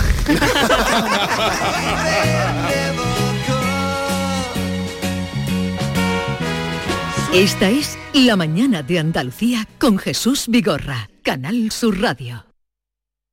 S11: Esta es La mañana de Andalucía con Jesús Vigorra, Canal Sur Radio.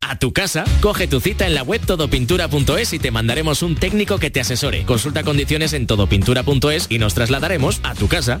S12: A tu casa. Coge tu cita en la web todopintura.es y te mandaremos un técnico que te asesore. Consulta condiciones en todopintura.es y nos trasladaremos a tu casa.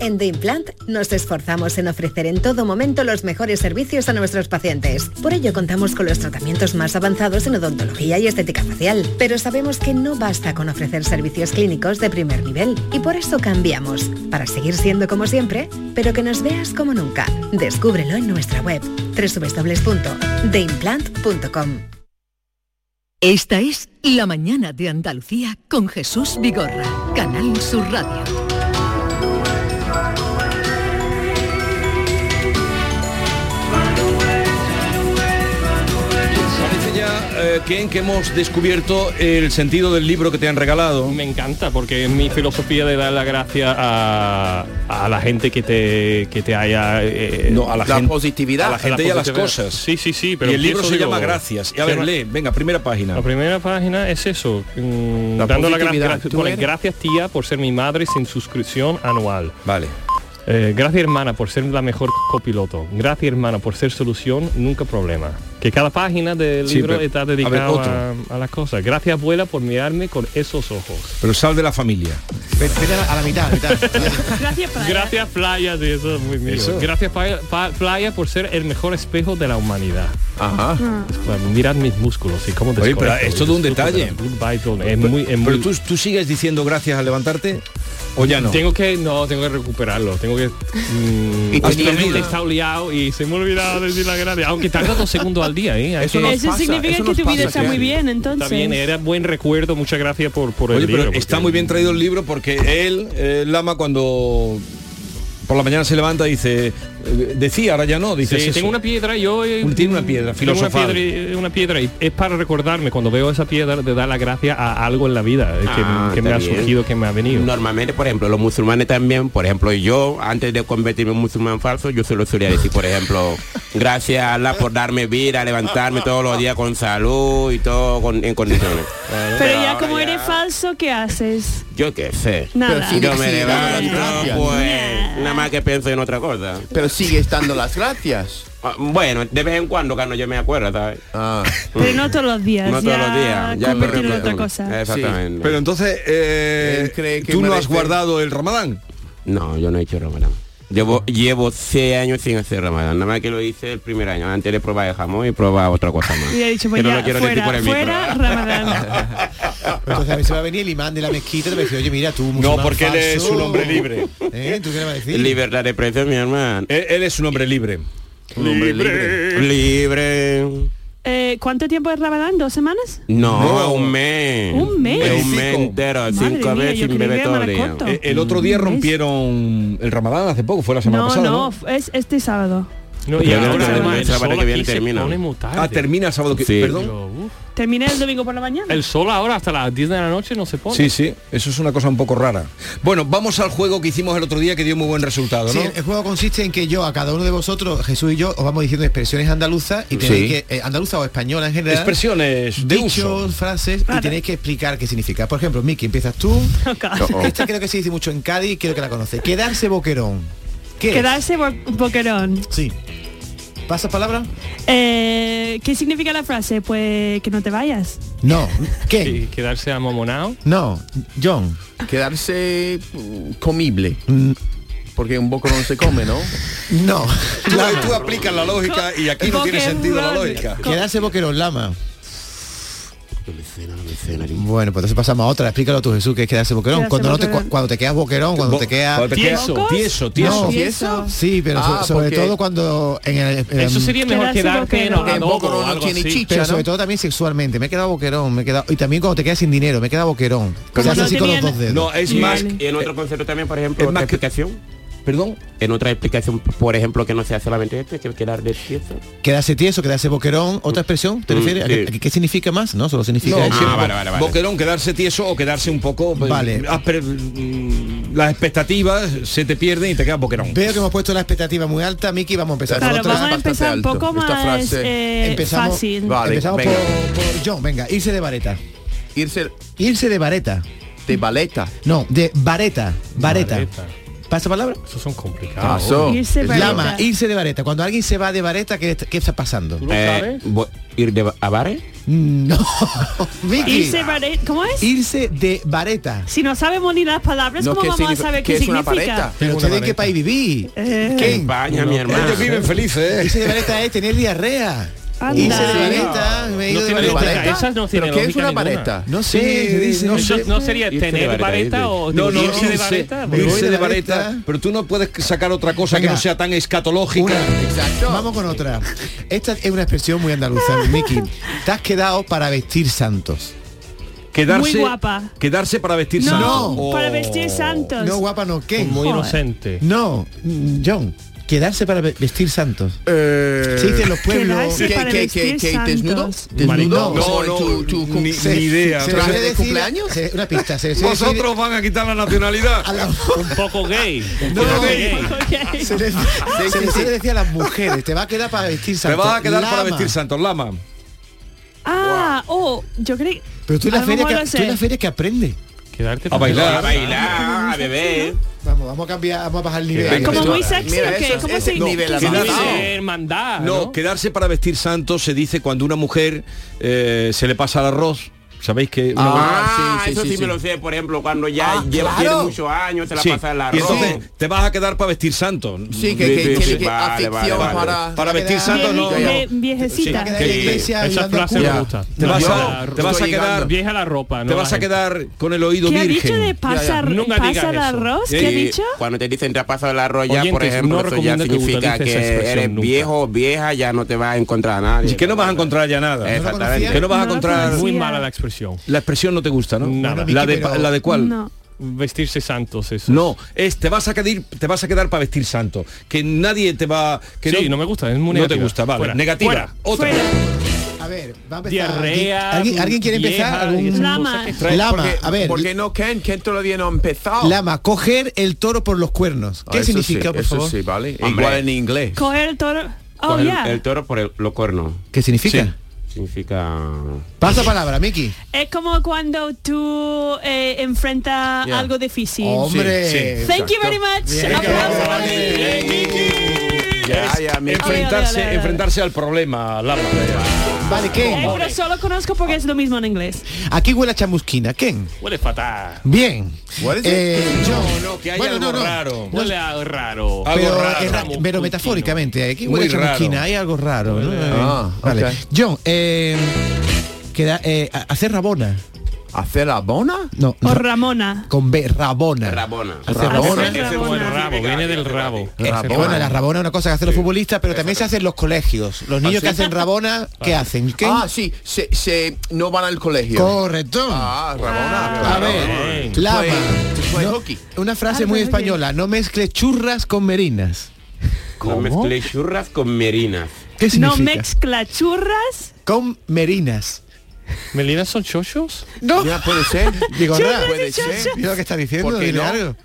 S8: En The Implant nos esforzamos en ofrecer en todo momento los mejores servicios a nuestros pacientes. Por ello contamos con los tratamientos más avanzados en odontología y estética facial. Pero sabemos que no basta con ofrecer servicios clínicos de primer nivel y por eso cambiamos, para seguir siendo como siempre, pero que nos veas como nunca. Descúbrelo en nuestra web www.theimplant.com.
S11: Esta es La Mañana de Andalucía con Jesús Vigorra, Canal Sur Radio.
S1: Parece ya, eh, Ken, que hemos descubierto el sentido del libro que te han regalado.
S5: Me encanta, porque es mi filosofía de dar las gracias a, a la gente que te, que te haya... eh,
S1: No, a la gen- a la gente y a las
S5: positividad.
S1: cosas.
S5: Sí, sí, sí. Pero
S1: y el libro
S5: empiezo
S1: se
S5: yo.
S1: llama Gracias. Y
S5: Se
S1: a ver,
S5: llama-
S1: lee, venga, primera página.
S5: La primera página es eso, mm, dando las
S1: positividad.
S5: gracias.
S1: ¿Tú
S5: pone,
S1: eres?
S5: gracias tía por ser mi madre sin suscripción anual.
S1: Vale.
S5: Eh, gracias hermana por ser la mejor copiloto. Gracias hermana por ser solución, nunca problema. Que cada página del
S1: Sí,
S5: libro
S1: pero-
S5: está
S1: a ver,
S5: dedicada
S1: otro.
S5: a, a las cosas. Gracias abuela por mirarme con esos ojos.
S1: Pero sal de la familia.
S6: Vete a la, a la mitad, a la mitad.
S2: *laughs* Gracias playa.
S5: *laughs* Gracias playa, sí, eso es muy mío.
S1: Eso.
S5: Gracias pa- pa- playa por ser el mejor espejo de la humanidad.
S1: Ajá.
S5: Mirad mis músculos y cómo
S1: Oye, pero
S5: desconecto
S1: es
S5: y
S1: todo un
S5: disfruto de
S1: detalle.
S5: la Blue Python. Es muy, es muy-
S1: Pero tú, tú sigues diciendo gracias al levantarte o ya no.
S5: Tengo que, no, tengo que recuperarlo. Tengo que... mm,
S1: *laughs* Y te
S5: últimamente
S1: olvidas.
S5: he estado liado y se me ha olvidado decir la gracia. Aunque tarda dos segundos al día, ¿eh? Hay
S2: Eso,
S5: que-
S2: significa que tu vida está muy bien, entonces.
S5: Está bien, era buen recuerdo. Muchas gracias por, por el
S1: Oye, pero
S5: libro. porque-
S1: está muy bien traído el libro porque él, eh, Lama, cuando por la mañana se levanta, dice, eh, decía, ahora ya no, dice,
S5: Sí, tengo una piedra, yo... eh,
S1: Tiene una piedra
S5: tengo una
S1: filosofal.
S5: piedra, y- una piedra y es para recordarme cuando veo esa piedra de dar la gracia a algo en la vida eh, que,
S4: Ah,
S5: que me
S4: está
S5: ha
S4: bien.
S5: surgido, que me ha venido.
S4: Normalmente, por ejemplo, los musulmanes también, por ejemplo, yo antes de convertirme en musulmán falso, yo se lo solía decir, por ejemplo, gracias a Allah por darme vida, levantarme todos los días con salud y todo con- en condiciones.
S2: Pero ya como eres falso, ¿qué haces?
S4: Yo qué sé.
S2: Nada. Pero
S4: Yo
S2: sigue-
S4: me
S2: sigue dando las
S4: levanto,
S2: gracias.
S4: pues nada más que pienso en otra cosa.
S3: Pero sigues dando las gracias.
S4: Ah, Bueno, de vez en cuando, cuando yo me acuerdo, ¿sabes? Mm.
S2: Pero no todos los días.
S4: No todos los días, ya me
S2: convertirlo en
S4: recuerdo.
S2: otra cosa.
S4: Exactamente.
S1: Pero entonces, eh, ¿tú no has guardado el ramadán?
S4: No, yo no he hecho ramadán. Llevo, llevo seis años sin hacer ramadán. Nada más que lo hice el primer año. Antes de probar el jamón y probar otra cosa más.
S2: Y he dicho, pues
S4: Que no
S2: ya,
S4: lo quiero
S2: fuera,
S4: decir por el micro.
S2: fuera, Ramadán.
S4: *laughs*
S6: Entonces a mí se va a venir el imán de la mezquita y te va a decir, oye, mira, tú musulmán
S4: porque él es
S6: falso.
S4: un hombre libre.
S6: ¿Eh? ¿Tú qué le vas a decir?
S4: Libertad de prensa, mi hermano.
S1: Él, es un hombre libre.
S4: Un hombre libre. Libre.
S2: Eh, ¿Cuánto tiempo es Ramadán? ¿Dos semanas?
S4: No, un mes.
S2: Un mes.
S4: Es un mes entero, cinco
S2: mía,
S4: veces
S2: yo
S4: sin
S2: creí
S4: beber
S2: que
S4: todo
S2: era
S4: el día.
S2: Maracoto. Eh,
S1: El otro día rompieron el ramadán hace poco, fue la semana
S2: No,
S1: pasada.
S2: no, es este sábado.
S5: No, y
S1: Pero
S5: ahora,
S1: el sábado-
S5: además,
S1: el
S5: el
S1: sábado
S5: sol
S1: que viene
S5: aquí se
S1: termina.
S5: pone muy tarde.
S1: Ah, termina el sábado que
S5: Sí.
S1: perdón.
S2: Terminé el domingo por la mañana.
S5: El sol ahora hasta las 10 de la noche no se pone.
S1: Sí, sí, eso es una cosa un poco rara. Bueno, vamos al juego que hicimos el otro día que dio muy buen resultado,
S6: Sí, eh,
S1: ¿no?
S6: el juego consiste en que yo, a cada uno de vosotros, Jesús y yo, os vamos diciendo expresiones andaluzas y tenéis
S1: Sí.
S6: que, eh, andaluza o española en general.
S1: Expresiones de uso.
S6: dichos, frases y tenéis que explicar qué significa. Por ejemplo, Miki, empiezas
S2: *laughs*
S6: tú. Esta creo que se dice mucho en Cádiz y creo que la conoce. Quedarse boquerón. ¿Qué es?
S2: Quedarse bo- boquerón.
S6: Sí. ¿Pasas palabra?
S2: Eh, ¿Qué significa la frase? Pues que no te vayas.
S6: No. ¿Qué?
S5: quedarse amomonado.
S6: No, John.
S3: Quedarse mm, comible. Porque un poco no se come, ¿no?
S6: No.
S1: Tú, eh, tú aplicas la lógica y aquí no tiene sentido la lógica.
S6: Quedarse boquerón, lama. Bueno, pues entonces pasamos a otra. Explícalo tú, Jesús, que es quedarse boquerón.
S1: Quedarse
S6: cuando, no te,
S1: boquerón.
S6: cua- cuando te quedas boquerón, cuando
S1: Bo-
S6: te quedas...
S1: cuando te quedas- ¿Tieso? ¿Tieso? ¿Tieso?
S6: No.
S1: ¿Tieso?
S6: Sí, pero so-
S1: Ah,
S6: sobre
S1: porque-
S6: todo cuando... En el, en-
S5: Eso sería mejor
S6: Quedarse
S5: quedarte en
S6: boquerón.
S5: adobo
S6: Boquerón
S5: o
S6: no
S5: algo
S6: tiene
S5: así.
S6: chicha, Pero sobre todo también sexualmente. Me he quedado boquerón. Me he quedado, y también cuando te quedas sin dinero. Me he quedado boquerón. Se hace así con los dos dedos.
S4: Y en- Y en otro concepto también, por ejemplo, otra explicación.
S1: Perdón.
S4: En otra explicación, por ejemplo, que no sea solamente esto, que quedar de fiesta.
S6: Quedarse tieso, quedarse boquerón. ¿Otra expresión? ¿Te
S4: Mm,
S6: refieres? ¿A
S4: sí.
S6: qué- a qué, qué significa más? No, Ah, solo significa...
S1: No,
S6: eso.
S1: siempre Boquerón, quedarse tieso o quedarse un poco... pues, asper- mm, las expectativas se te pierden y te quedas boquerón.
S6: Veo que hemos puesto la expectativa muy alta, Miki, vamos a empezar.
S2: Claro,
S6: Nosotros-
S2: vamos a empezar un poco
S6: Esta
S2: más, eh,
S6: empezamos,
S2: fácil.
S3: Vale,
S6: empezamos
S3: venga.
S6: por, por John, venga, irse de vareta.
S3: Irse,
S6: Irse de vareta.
S3: de baleta.
S6: No, de vareta, vareta. ¿Pasa palabra?
S5: Eso son complicados.
S6: Paso.
S2: Irse de
S6: Llama,
S2: vareta.
S6: irse de vareta. Cuando alguien se va de vareta, ¿qué, est- qué está pasando?
S4: Eh, bo- ¿Ir de ba- a bares?
S6: No. Vicky.
S2: Irse vare- ¿Cómo es?
S6: Irse de vareta.
S2: Si no sabemos ni las palabras, ¿cómo vamos a saber qué, significa?
S6: Pero usted de qué país viví.
S2: Eh.
S6: ¿Qué?
S4: España, mi hermano.
S1: Ellos viven felices, ¿eh?
S6: Irse de vareta es tener diarrea.
S2: Anda.
S6: Irse de
S2: Sí.
S6: vareta,
S5: No
S6: me he ido de
S5: tiene
S6: vareta.
S5: lógica, esas no tienen
S6: ¿Pero qué es
S5: lógica
S6: una
S5: ninguna.
S6: vareta? No sé,
S1: Sí,
S6: se dice,
S5: no,
S6: no sé.
S5: no sería
S4: Irse de
S5: tener
S4: vareta,
S5: este vareta
S4: irse.
S5: o
S1: este No, no,
S5: irse de
S1: irse-
S5: vareta.
S1: me voy
S6: Irse
S1: de
S6: de
S1: vareta,
S6: vareta.
S1: pero tú no puedes sacar otra cosa
S6: Venga.
S1: que no sea tan escatológica.
S6: Una. Vamos con otra. Esta es una expresión muy andaluza, Miki. Te has quedado para vestir santos.
S1: Quedarse,
S2: Muy guapa.
S1: Quedarse para vestir
S2: No,
S1: santo.
S2: para vestir santos.
S6: No, guapa, no. ¿Qué?
S5: Muy
S2: Joder.
S5: inocente.
S6: No, mm, John. Quedarse para ve- vestir santos. Se dice en los pueblos.
S2: Quedarse
S3: ¿Qué,
S2: para
S3: qué, qué,
S2: vestir
S3: qué, desnudo?
S2: santos.
S6: Maricón.
S3: ¿Desnudo?
S1: No,
S3: ¿O
S1: no,
S3: tu- tu-
S1: ni-
S3: se-
S1: ni idea.
S3: se-
S6: ¿Se
S3: ¿traje
S6: suele
S3: de
S6: decir-
S3: cumpleaños?
S6: se- una pista. Se, suele decir-
S1: Vosotros van a quitar la nacionalidad.
S6: a la-
S5: Un poco gay. Un poco
S6: No,
S5: gay.
S2: Ok.
S6: se le, se le suele decir a las mujeres, te va a quedar para vestir
S1: Te
S6: santos.
S1: vas a quedar para
S6: Lama.
S1: vestir santos, Lama.
S2: Ah, oh, yo creí.
S6: Pero tú en
S2: A
S6: la
S2: lo
S6: feria
S2: mejor lo
S6: que, tú en la
S2: sé.
S6: feria que aprendes.
S5: Quedarte
S1: A bailar.
S4: A bailar, a beber.
S6: Vamos, vamos a cambiar, vamos a bajar el nivel.
S2: ¿Como muy sexy
S3: Mira,
S2: o qué?
S3: eso,
S2: ¿Cómo
S3: ese
S2: se-
S3: nivel
S2: qué
S3: avanzado.
S2: significa?
S5: Quedarse hermandad.
S1: No,
S5: No,
S1: quedarse para vestir santos se dice cuando una mujer eh, se le pasa el arroz. ¿Sabéis que una mujer-
S4: Ah,
S3: sí, sí,
S4: eso sí,
S3: sí,
S4: me
S3: sí.
S4: lo sé, por ejemplo, cuando ya
S3: Ah,
S4: lleva
S3: claro.
S4: tiene muchos años, se la
S1: Sí,
S4: pasa el
S1: Y
S4: arroz.
S1: entonces te vas a quedar para vestir santo.
S4: Sí, sí,
S3: Sí, que, que, que-
S4: sí.
S3: que
S4: Vale, vale,
S3: afición
S4: vale.
S3: para...
S1: Para vestir
S6: quedar-
S1: santo no.
S2: Vie-
S1: no.
S2: vie- viejecita.
S6: Sí, va a quedar en la iglesia
S5: Esa
S6: ayudando al
S5: frase me
S6: cura.
S5: gusta.
S1: Te
S5: No,
S1: vas, a,
S3: yo
S1: te vas a
S3: estoy
S1: quedar,
S3: llegando.
S5: Vieja la ropa. No
S1: te vas
S5: la
S1: a
S5: gente.
S1: quedar con el oído
S2: ¿Qué ha
S1: virgen.
S2: dicho de pasar,
S5: Nunca
S2: pasar
S5: digas
S2: el
S5: eso.
S2: arroz? ¿Qué ha
S4: Sí,
S2: dicho?
S4: Cuando te dicen te ha pasado el arroz ya, por
S5: Oyentes,
S4: ejemplo,
S5: no
S4: eso ya
S5: recomiendo que
S4: significa que,
S5: utilices esa expresión
S4: eres
S5: nunca.
S4: viejo o vieja, ya no te vas a encontrar a nadie.
S1: Y que no vas a encontrar ya nada.
S6: conocía?
S4: Exactamente.
S1: Que no vas a
S2: No lo
S1: encontrar.
S2: conocía.
S5: Muy mala la expresión.
S1: La expresión no te gusta, ¿no?
S5: Nada.
S1: La de,
S6: Pero-
S1: la de cuál.
S2: No.
S5: Vestirse santos eso.
S1: No, es te vas a quedar, te vas a quedar para vestir santo. Que nadie te va. Que
S5: sí, no, me gusta, es muy
S1: no te
S5: negativa.
S1: gusta, vale.
S5: Fuera,
S1: Negativa.
S5: fuera.
S1: Otra.
S2: Fuera.
S6: A ver, va a empezar.
S5: Diarrea.
S6: ¿Alguien, alguien quiere empezar?
S5: vieja,
S6: ¿Algún-
S5: y esas
S2: Lama.
S5: cosas que traen.
S6: Lama, a ver.
S3: ¿Por qué no Ken? Ken todavía no ha empezado.
S6: Lama, coger el toro por los cuernos.
S3: Oh. Ah,
S6: ¿Qué
S3: eso sí,
S6: significa, por
S3: eso
S6: favor?
S3: sí, vale.
S4: Hombre.
S3: Igual en inglés.
S2: Coger el toro. Oh,
S4: Coge el-
S2: yeah.
S4: el, toro por el, los cuernos.
S6: ¿Qué significa?
S4: Significa...
S6: Pasa palabra, Miki.
S2: Es como cuando tú eh, enfrentas
S3: Yeah.
S2: algo difícil.
S6: Oh, Hombre.
S3: sí.
S2: Thank you very much. Aplauso para mí.
S3: Ya, ya, mi-
S1: Enfrentarse,
S2: Ole, ole, ole.
S1: enfrentarse al problema, Lama.
S6: Vale, Ken.
S2: Eh, pero solo conozco porque es lo mismo en inglés.
S6: Aquí huele a chamusquina. Ken.
S5: Huele fatal.
S6: Bien.
S3: What is it?
S6: Eh, John.
S1: no, que hay
S6: Bueno,
S1: algo
S6: no, no.
S1: raro.
S5: Huele a raro.
S6: Pero,
S1: raro,
S6: es ra-
S5: Ramos,
S6: pero
S5: un
S6: metafóricamente, aquí
S1: Muy
S6: huele a chamusquina,
S1: raro.
S6: hay algo raro. ¿no?
S3: Ah,
S6: vale.
S3: ok.
S6: John, eh, queda, eh, a- hacer rabona.
S3: ¿Hacer la bona?
S6: No,
S2: O
S6: ra-
S2: Ramona.
S6: con B, rabona.
S4: Rabona.
S6: Hacer
S2: Hacer
S6: rabona.
S2: rabona.
S5: Ese
S2: Ramona.
S5: buen rabo, viene del rabo.
S6: Eh,
S3: Rabona.
S6: Bueno, la rabona es una cosa que hacen los futbolistas, pero también se hace en los colegios. Los niños que hacen rabona, ¿qué hacen? ¿Qué?
S3: Ah, sí, se, se- no van al colegio.
S6: Correcto.
S3: ah, Rabona.
S6: A
S3: claro. Pues
S6: ver,
S3: To
S6: Lama.
S3: play- to play
S6: no-
S3: hockey.
S6: una frase
S2: Ah,
S6: muy
S2: muy bien.
S6: española, no mezcle churras con merinas.
S4: No mezcle churras con merinas.
S6: ¿Qué
S2: No
S6: significa?
S2: mezcla churras.
S6: con merinas.
S5: ¿Melinas son chochos?
S6: No.
S3: Ya puede ser.
S6: Digo,
S2: Churras
S6: nada.
S2: y
S3: puede ser.
S2: chochas.
S6: Mira lo que está diciendo,
S3: ¿Por qué
S6: dile
S3: no?
S6: algo.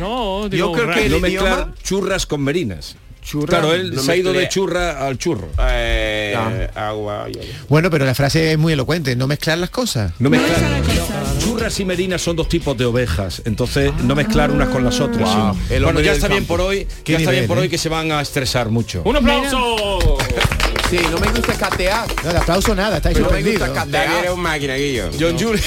S5: No, digo,
S3: Yo creo que
S5: raro.
S1: No
S3: el idioma?
S1: mezclar churras con merinas.
S3: Churra,
S1: Claro, él
S4: no
S1: se ha ido
S4: mezclé.
S1: de churra al churro.
S4: Eh, Agua. ya, ya.
S6: Bueno, pero la frase es muy elocuente, no mezclar las cosas.
S1: No
S2: No es
S1: mezclar.
S2: una cosa.
S1: Churras y merinas son dos tipos de ovejas, entonces no mezclar unas con las otras.
S3: El
S1: Bueno,
S3: hombre
S1: ya
S3: del
S1: está bien
S3: campo.
S1: por hoy,
S6: Qué
S1: ya está
S6: nivel,
S1: bien por
S6: ¿eh?
S1: hoy que se van a estresar mucho.
S5: ¡Un aplauso!
S3: Sí, no me gusta catear.
S6: No, de aplauso nada, estáis
S3: Pero no me gusta
S6: sorprendidos.
S4: Daniel es
S3: catear.
S4: un máquina, Guillo.
S1: John Julius.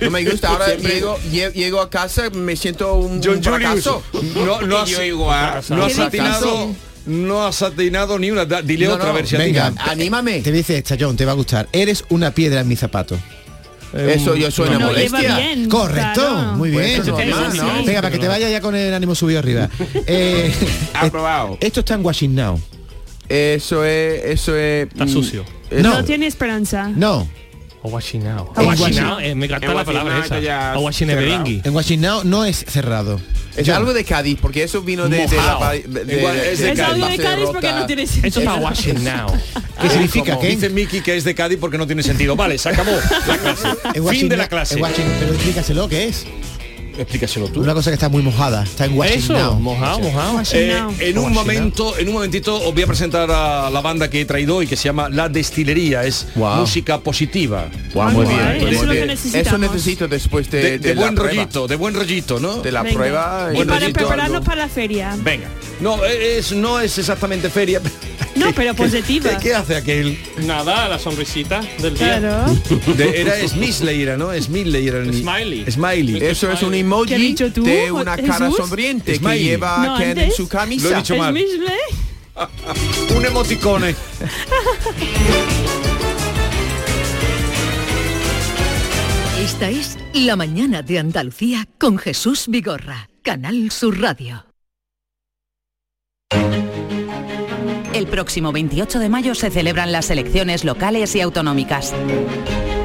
S3: No me gusta. Ahora
S4: Siempre-
S3: llego, lle- llego a casa, me siento un, un fracaso.
S1: *laughs* No, no has,
S4: yo igual.
S1: no has
S3: Qué
S1: atinado.
S3: fracaso.
S1: No has atinado ni una. Da- Dile
S3: No,
S1: otra
S3: no,
S1: versión.
S6: venga.
S3: Anímame.
S6: Te dice esta, John, te va a gustar. Eres una piedra en mi zapato.
S3: Eh, Eso yo soy una
S2: No lleva
S3: molestia.
S2: bien.
S6: Correcto,
S2: claro.
S6: muy bien.
S3: Pues eso es normal, ¿no?
S6: Venga, para que te vaya ya con el ánimo
S3: *laughs*
S6: subido arriba. Eh,
S4: Aprobado.
S6: esto está en Washington.
S3: Eso es, eso es.
S5: Está
S3: mm,
S5: sucio.
S3: eso-
S2: No tiene esperanza.
S6: No,
S5: Aguachinao.
S6: En
S5: Aguachinao, eh, me encanta la
S4: Aguachinao
S5: palabra
S4: está ya
S5: esa. Aguachineberingui.
S6: en Washington no es cerrado.
S3: Es
S6: John,
S3: algo de Cádiz, porque eso vino de, de la
S5: Mojao.
S3: pa- de- de-
S1: Igual es de
S2: Es algo de
S3: base
S2: Cádiz
S3: rota.
S2: porque no tiene sentido.
S5: Eso es aguachinao.
S6: ¿Qué significa?
S3: como-
S6: ¿Qué?
S1: Dice Miki que es de Cádiz porque
S3: *laughs*
S1: no tiene sentido. Vale, se acabó la clase.
S6: En
S1: fin de
S6: Washington-
S1: la clase.
S6: en Washington- pero explícaselo, ¿qué es?
S1: Explícaselo tú.
S6: Una cosa que está muy mojada, está en
S1: Eso,
S6: Washington.
S1: mojado, mojado. Eh, en un
S6: Washing
S1: momento, en un momentito os voy a presentar a la banda que he traído hoy que se llama La Destilería, es música positiva.
S3: Guau, muy bien, pues muy bien. Eso necesito después de,
S1: De, de
S3: de la
S1: buen
S3: prueba.
S1: rollito, de buen rollito, ¿no? De
S3: la Venga. prueba
S2: Y para prepararnos para la feria.
S1: Venga. No, e, es, no es exactamente *laughs* feria.
S2: No, pero positiva.
S1: ¿Qué, qué hace aquel?
S5: Nada, la sonrisita del día.
S2: Claro.
S1: De- era Smiley, era, ¿no? Smiley era el...
S5: Smiley.
S1: Smiley.
S3: Eso es un emoji
S2: ¿Qué has dicho tú,
S3: de una cara
S2: Jesús?
S3: sonriente
S1: Smiley.
S3: que lleva
S2: No,
S3: Ken en
S2: antes.
S3: su camisa.
S1: Lo he dicho mal.
S2: Smiley.
S1: *laughs* Un emoticone.
S11: Esta es La mañana de Andalucía con Jesús Vigorra, Canal Sur Radio.
S13: El próximo 28 de mayo se celebran las elecciones locales y autonómicas.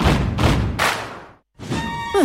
S14: Ah,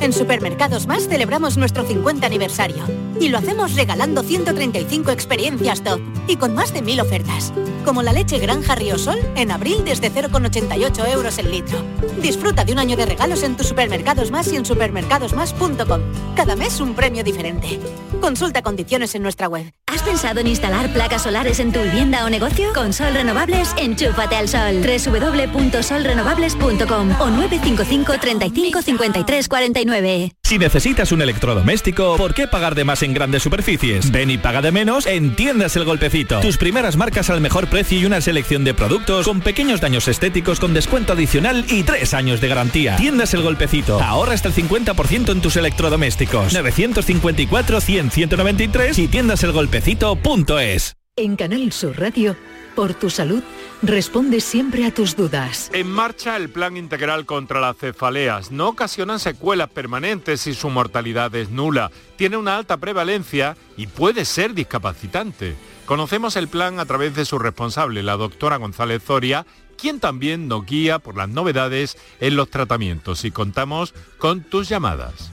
S15: En Supermercados Más celebramos nuestro 50 aniversario y lo hacemos regalando 135 experiencias top y con más de 1.000 ofertas, como la leche Granja Riosol en abril desde 0,88 euros el litro. Disfruta de un año de regalos en tus Supermercados Más y en supermercadosmás.com. Cada mes un premio diferente. Consulta condiciones en nuestra web.
S16: ¿Has pensado en instalar placas solares en tu vivienda o negocio? Con Sol Renovables, enchúfate al sol. www.solrenovables.com o 955 35 53 49.
S17: Si necesitas un electrodoméstico, ¿por qué pagar de más en grandes superficies? Ven y paga de menos en Tiendas El Golpecito. Tus primeras marcas al mejor precio y una selección de productos con pequeños daños estéticos con descuento adicional y tres años de garantía. Tiendas El Golpecito. Ahorra hasta el 50% en tus electrodomésticos. 954-100-193 y tiendaselgolpecito.es.
S11: En Canal Sur Radio, por tu salud, responde siempre a tus dudas.
S18: En marcha el plan integral contra las cefaleas. No ocasionan secuelas permanentes y su mortalidad es nula. Tiene una alta prevalencia y puede ser discapacitante. Conocemos el plan a través de su responsable, la doctora González Zoria, quien también nos guía por las novedades en los tratamientos y contamos con tus llamadas.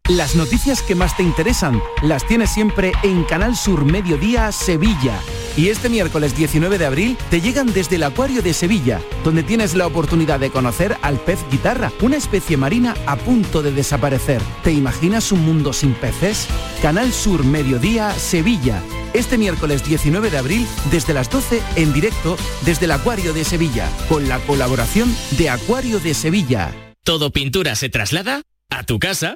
S19: Las noticias que más te interesan las tienes siempre en Canal Sur Mediodía Sevilla. Y este miércoles 19 de abril te llegan desde el Acuario de Sevilla, donde tienes la oportunidad de conocer al pez guitarra, una especie marina a punto de desaparecer. ¿Te imaginas un mundo sin peces? Canal Sur Mediodía Sevilla. Este miércoles 19 de abril, desde las 12, en directo, desde el Acuario de Sevilla, con la colaboración de Acuario de Sevilla.
S20: Todo pintura se traslada a tu casa.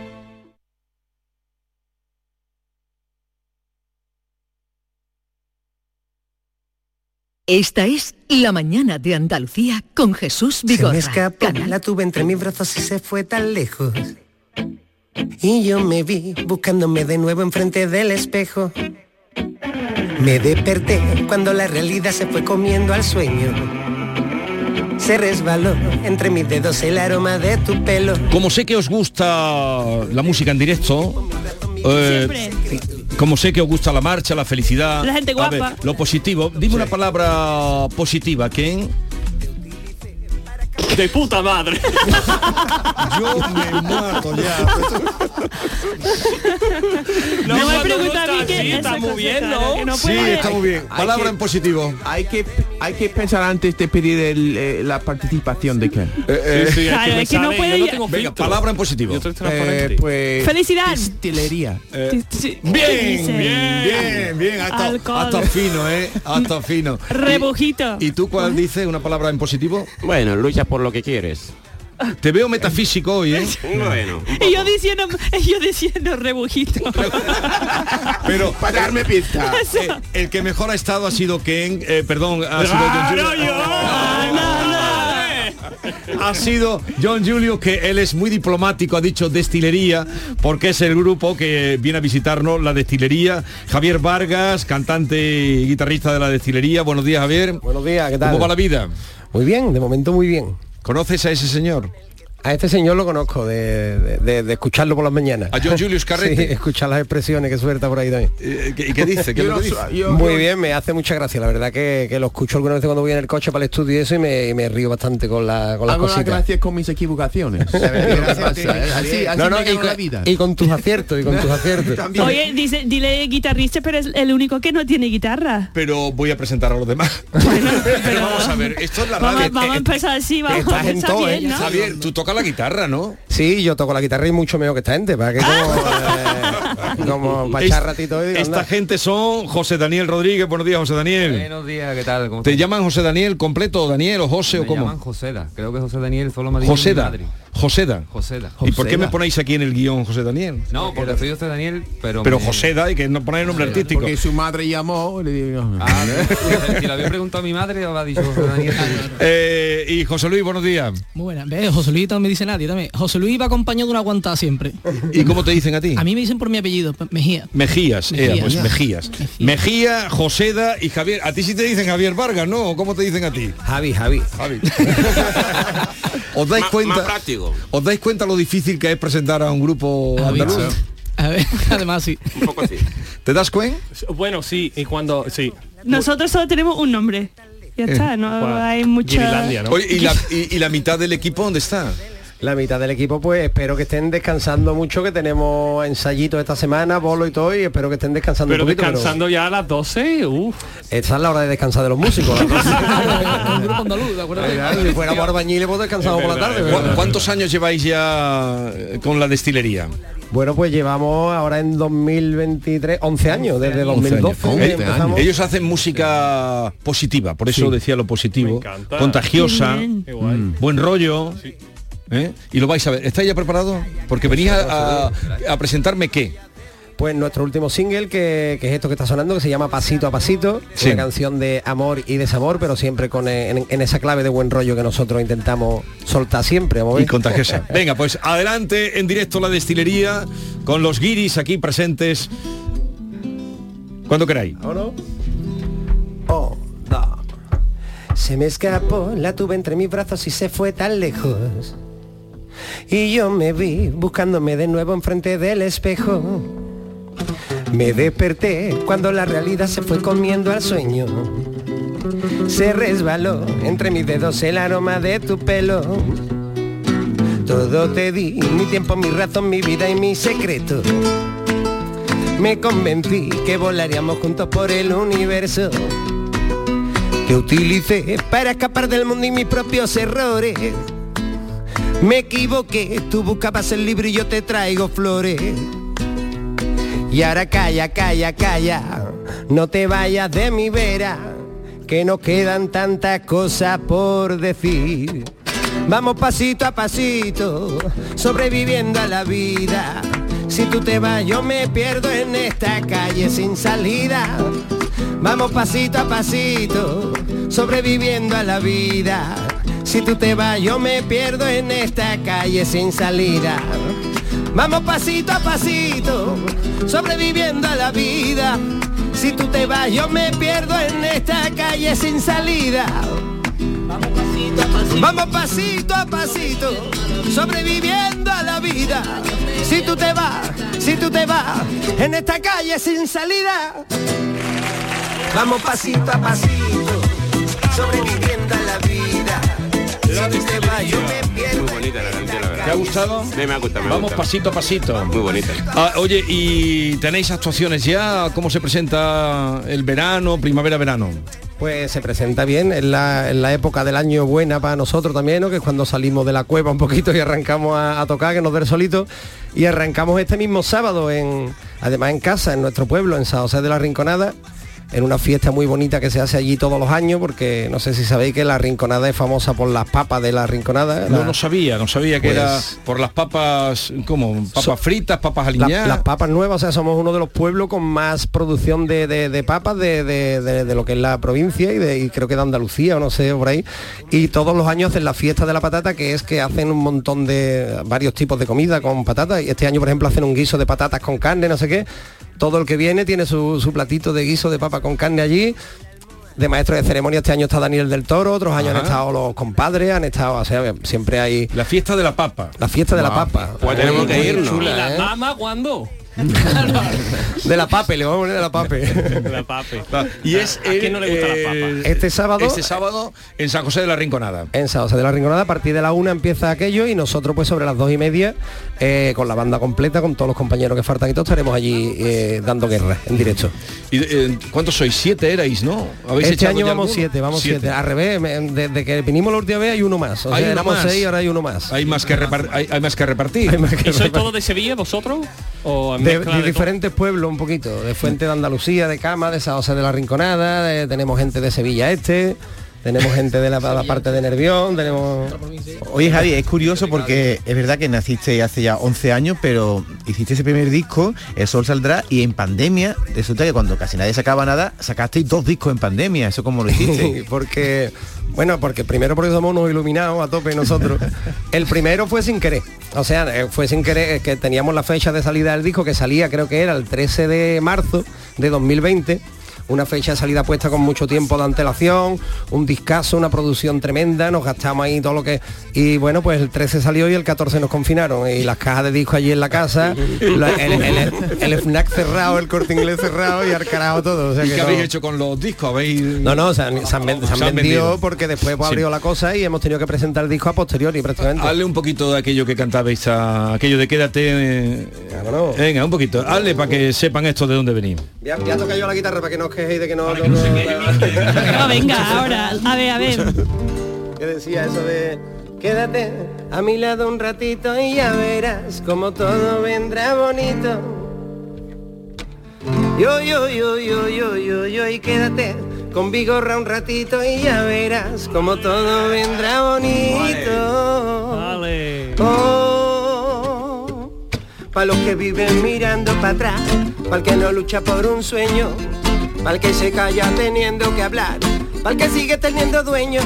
S11: Esta es La mañana de Andalucía con Jesús
S9: Se
S11: Vigorra.
S9: me escapó,
S11: Canal.
S9: la tuve entre mis brazos y se fue tan lejos. Y yo me vi buscándome de nuevo enfrente del espejo. Me desperté cuando la realidad se fue comiendo al sueño. Se resbaló entre mis dedos el aroma de tu pelo.
S1: Como sé que os gusta la música en directo, eh, como sé que os gusta la marcha, la felicidad,
S2: La gente
S1: a ver,
S2: guapa.
S1: lo positivo, dime una palabra positiva, ¿quién?
S5: De puta madre.
S12: Yo me mato ya.
S5: No,
S2: me
S5: cuando
S2: pregunta a
S5: no
S2: mí
S5: está
S2: que
S5: así,
S2: esa
S5: está
S2: cosa
S5: muy bien,
S2: rara,
S5: ¿no?
S2: que no
S5: Sí,
S2: puede-
S5: está muy bien.
S3: Hay
S1: Palabra
S3: que-
S1: en positivo.
S3: Hay que, hay que pensar antes de pedir el, eh, la participación de quien.
S1: eh. Sí, sí, es que Claro, me
S2: es que no sale, puede- yo no tengo
S1: Venga, palabra en positivo.
S3: Eh, pues
S2: Felicidad.
S3: destilería.
S2: Sí, sí. ¿Qué
S1: Eh, Bien,
S2: dice?
S1: bien, bien, bien,
S2: Alcohol.
S1: hasta, hasta fino, ¿eh?
S2: *laughs*
S1: Hasta fino.
S2: Rebujito.
S1: ¿Y tú cuál dices una palabra en positivo?
S21: Bueno, lucha por lo que quieres.
S1: Te veo metafísico hoy, ¿eh?
S21: *laughs* Bueno.
S2: Y yo diciendo, y yo diciendo rebujito.
S3: *laughs*
S1: Pero
S3: para darme pista.
S1: *laughs* el que mejor ha estado ha sido Ken, eh, perdón, ha sido John
S5: Claro,
S1: Julio.
S5: yo.
S21: Ah.
S1: Ha sido John Julio que él es muy diplomático, ha dicho destilería, porque es el grupo que viene a visitarnos, la destilería. Javier Vargas, cantante y guitarrista de la destilería. Buenos días, Javier.
S8: Buenos días, ¿qué tal?
S1: ¿Cómo va la vida?
S8: Muy bien, de momento muy bien.
S1: ¿Conoces a ese señor?
S8: A este señor lo conozco, de, de- de- de escucharlo por las mañanas.
S1: A John Julius Carrete.
S8: *laughs* Sí, escuchar las expresiones que suelta por ahí también.
S1: Eh, ¿qué- y qué dice? ¿Qué es lo que dice?
S8: Muy bien, me hace mucha gracia. La verdad que, que lo escucho alguna vez cuando voy en el coche para el estudio y eso y me, y me río bastante con, la, con las
S3: Hago las
S8: cositas.
S3: gracias con
S8: *laughs*
S3: mis equivocaciones. Eh, Así, así
S8: No, no,
S3: me
S8: y,
S3: gano
S8: con,
S3: la vida.
S8: y con tus aciertos, y con
S3: *laughs*
S8: tus
S1: *laughs*
S8: aciertos.
S2: Oye, dice, dile guitarrista, pero es el único que no tiene guitarra.
S1: Pero voy a presentar a los
S2: *laughs*
S1: demás. pero vamos a ver, esto es la
S2: Vamos,
S1: radio.
S2: vamos a empezar así, vamos a
S8: estás en
S2: empezar
S8: todo,
S2: bien,
S8: ¿eh?
S2: ¿no?
S1: Javier, tú tocas la guitarra, ¿no?
S8: Sí, yo toco la guitarra y mucho mejor que esta gente, para que
S3: Ah.
S8: como, eh, como para echar
S1: Es-
S8: ratito y digo,
S1: Esta
S8: anda.
S1: gente son José Daniel Rodríguez. Buenos días, José Daniel.
S20: Buenos días, ¿qué tal? ¿Cómo
S1: ¿Te llaman José Daniel completo, o Daniel o José o
S20: Me llaman
S1: cómo?
S20: Joseda. Creo que José Daniel solo me ha dicho mi
S1: Joseda.
S20: madre.
S1: Joseda.
S20: Joseda.
S1: ¿Y por qué me ponéis aquí en el guión José Daniel?
S20: No, porque soy José Daniel, pero...
S1: Pero
S20: me-
S1: Joseda hay que no poner nombre artístico. Ah.
S3: Porque su madre llamó y le digo, no.
S20: *laughs* Si lo había preguntado a mi madre, había dicho José
S1: *laughs*
S20: Daniel.
S1: Eh, y José Luis, buenos días.
S22: Muy buena. ¿Ves? José Luis también me dice nadie también. José Luis va acompañado de una guantada siempre.
S1: ¿Y cómo te dicen a ti?
S22: A mí me dicen por mi apellido, P- Mejía.
S1: Mejías, eh,
S22: Mejía,
S1: pues
S22: ya.
S1: Mejías. Mejía, Joseda y Javier. A ti sí te dicen Javier Vargas, ¿no? ¿O ¿Cómo te dicen a ti?
S8: Javi, Javi.
S1: Javi. *laughs* ¿Os dais cuenta? ¿Os dais cuenta lo difícil que es presentar a un grupo
S22: A ver,
S1: andaluz?
S22: a ver, además sí.
S1: ¿Te das cuenta?
S5: Bueno, sí, y cuando. Sí.
S2: Nosotros solo tenemos un nombre. Ya está, no
S5: Guau.
S2: hay mucha...
S1: Oye, ¿y, la, y- y la mitad del equipo dónde está?
S8: La mitad del equipo, pues espero que estén descansando mucho, que tenemos ensayitos esta semana, bolo y todo, y espero que estén descansando
S5: Pero
S8: un poquito.
S5: descansando ya a las 12, uff.
S8: Pero esta es la hora de descansar de los músicos. las doce. Claro, si fuéramos albañiles, pues descansamos por la tarde.
S1: ¿Cu-
S8: ¿verdad?
S1: ¿Cuántos años lleváis ya eh, con la destilería?
S8: Bueno, pues llevamos ahora en 2023 11 años, desde 2012. que empezamos.
S1: Ellos hacen música positiva, por eso
S8: Sí.
S1: decía lo positivo,
S8: encanta.
S1: contagiosa,
S8: Qué bien.
S1: mm, buen rollo. ¿eh? Y lo vais a ver. ¿Estáis ya preparados? Porque venís a, a- a presentarme qué.
S8: pues nuestro último single, que, que es esto que está sonando, que se llama Pasito a Pasito,
S1: Sí.
S8: una canción de amor y desamor, pero siempre con eh, en, en esa clave de buen rollo que nosotros intentamos soltar siempre. vamos a ver.
S1: Y
S8: *laughs*
S1: contagiosa. Venga, pues adelante en directo la destilería con los guiris aquí presentes. Cuando queráis.
S9: Oh, Se me escapó, la tuve entre mis brazos y se fue tan lejos. Y yo me vi buscándome de nuevo enfrente del espejo. Me desperté cuando la realidad se fue comiendo al sueño. Se resbaló Pues entre mis dedos el aroma de tu pelo. Todo te di, mi tiempo, mi razón, mi vida y mi secreto. Me convencí que volaríamos juntos por el universo. Te utilicé para escapar del mundo y mis propios errores. Me equivoqué, tú buscabas el libro y yo te traigo flores. Y ahora calla, calla, calla, no te vayas Ah, de mi vera, que nos quedan tantas cosas por decir. Vamos pasito a pasito, sobreviviendo a la vida. Si tú te vas, yo me pierdo en esta calle sin salida. Vamos pasito a pasito, sobreviviendo a la vida. Si tú te vas, yo me pierdo en esta calle sin salida. Vamos pasito a pasito, sobreviviendo a la vida. Si tú te vas, yo me pierdo en esta calle sin salida. Vamos pasito a pasito, sobreviviendo a la vida. Si tú te vas, si tú te vas, en esta calle sin salida. Vamos pasito a pasito, sobreviviendo a la vida. Si tú te vas, yo me pierdo.
S6: Muy bonita la canción, la verdad.
S1: ¿Te ha gustado?
S6: Sí, me ha gustado, me ha
S1: Vamos
S6: gustado.
S1: pasito a pasito.
S6: Muy bonita.
S1: Ah, oye, ¿y tenéis actuaciones ya? ¿Cómo se presenta el verano, primavera-verano?
S8: Pues se presenta bien, es la, es la época del año buena para nosotros también, ¿no? que es cuando salimos de la cueva un poquito y arrancamos a, a tocar, que nos dé el solito, y arrancamos este mismo sábado, en, además en casa, en nuestro pueblo, en San José de la Rinconada, en una fiesta muy bonita que se hace allí todos los años, porque no sé si sabéis que la Rinconada es famosa por las papas de la Rinconada.
S1: No,
S8: la-
S1: no sabía, no sabía que
S8: Pues-
S1: era por las papas, ¿cómo? Papas
S8: So-
S1: fritas, papas
S8: la-
S1: aliñadas.
S8: las papas nuevas, o sea, somos uno de los pueblos con más producción de, de- de papas de, de- de- de lo que es la provincia y, de, y creo que de Andalucía o no sé, por ahí. Y todos los años hacen la fiesta de la patata, que es que hacen un montón de varios tipos de comida con patatas. Y este año, por ejemplo, hacen un guiso de patatas con carne, no sé qué. Todo el que viene tiene su, su platito de guiso de papa con carne allí. De maestro de ceremonia este año está Daniel del Toro, otros años han
S1: Ajá.
S8: estado los compadres, han estado, o sea, siempre hay...
S1: La fiesta de la papa.
S8: La fiesta de la
S1: Guau.
S8: papa.
S1: Pues tenemos que
S8: Muy
S1: irnos.
S8: chula,
S5: ¿Y la
S8: ¿eh?
S5: mama cuándo?
S8: De la pape, le vamos a poner de la pape.
S5: *laughs* La pape.
S1: Ah,
S5: Ah,
S1: Y es
S5: ¿A quién no le gusta la
S1: el-
S5: papa?
S8: Este sábado-
S1: Este sábado en San José de la Rinconada.
S8: En Sao, o sea, de la Rinconada, a partir de la una empieza aquello y nosotros pues sobre las dos y media, eh, con la banda completa, con todos los compañeros que faltan y todos, estaremos allí eh, dando guerra en directo.
S1: ¿Y eh, cuántos sois? Siete erais, ¿no?
S8: Este
S1: echado
S8: año
S1: ya
S8: vamos
S1: alguno?
S8: siete, vamos siete. Al revés, me- desde que vinimos la última vez hay uno más. O
S1: Hay
S8: sea,
S1: uno
S8: éramos
S1: más.
S8: seis, ahora hay uno más.
S1: Hay más que repar- hay, hay más que repartir.
S5: ¿Y sois todos de Sevilla vosotros? ¿O
S8: De,
S1: Pues
S5: mezcla
S8: de
S5: de todo?
S8: diferentes pueblos un poquito, de Fuente de Andalucía, de Cama, de Sao, o sea, de la Rinconada, de- tenemos gente de Sevilla Este, tenemos gente de la, la parte de Nervión, tenemos...
S13: Oye Javi, es curioso porque es verdad que naciste hace ya 11 años, pero hiciste ese primer disco, El Sol Saldrá, y en pandemia resulta que cuando casi nadie sacaba nada, sacasteis dos discos en pandemia, eso como
S1: *laughs*
S13: lo hiciste.
S8: porque bueno porque primero porque somos unos iluminados a tope nosotros el primero fue sin querer o sea eh, fue sin querer eh, que teníamos la fecha de salida del disco que salía creo que era el 13 de marzo de 2020 una fecha de salida puesta con mucho tiempo de antelación, un discazo, una producción tremenda, nos gastamos ahí todo lo que... Y bueno, pues el 13 salió y el 14 nos confinaron. Y las cajas de disco allí en la casa, la- el, el, el FNAC cerrado, el corte inglés cerrado y arcarado todo. O sea
S1: ¿Y
S8: que
S1: qué habéis
S8: no-
S1: hecho con los discos? ¿Habéis... Ah,
S8: no, no, se han, se han ven- se han
S1: Se han
S8: vendido,
S1: vendido.
S8: porque después pues,
S1: Sí. Ah.
S8: abrió la cosa y hemos tenido que presentar el disco a posteriori prácticamente.
S1: Hazle un poquito de aquello que cantabais, a- aquello de quédate. eh, Venga, un poquito. Hazle para que sepan esto de dónde venimos.
S8: Ya, ya toca yo la guitarra para que no os quejéis de que no... no-
S2: No, venga, ahora. A ver, a ver.
S8: que decía eso de... Quédate a mi lado un ratito y ya verás como todo vendrá bonito. Yo, yo, yo, yo, yo, yo, yo, y quédate con Vigorra un ratito y ya verás como todo vendrá bonito.
S5: Vale.
S8: Oh,
S9: para los que viven mirando para atrás, para el que no lucha por un sueño, para el que se calla teniendo que hablar, para el que sigue teniendo dueño,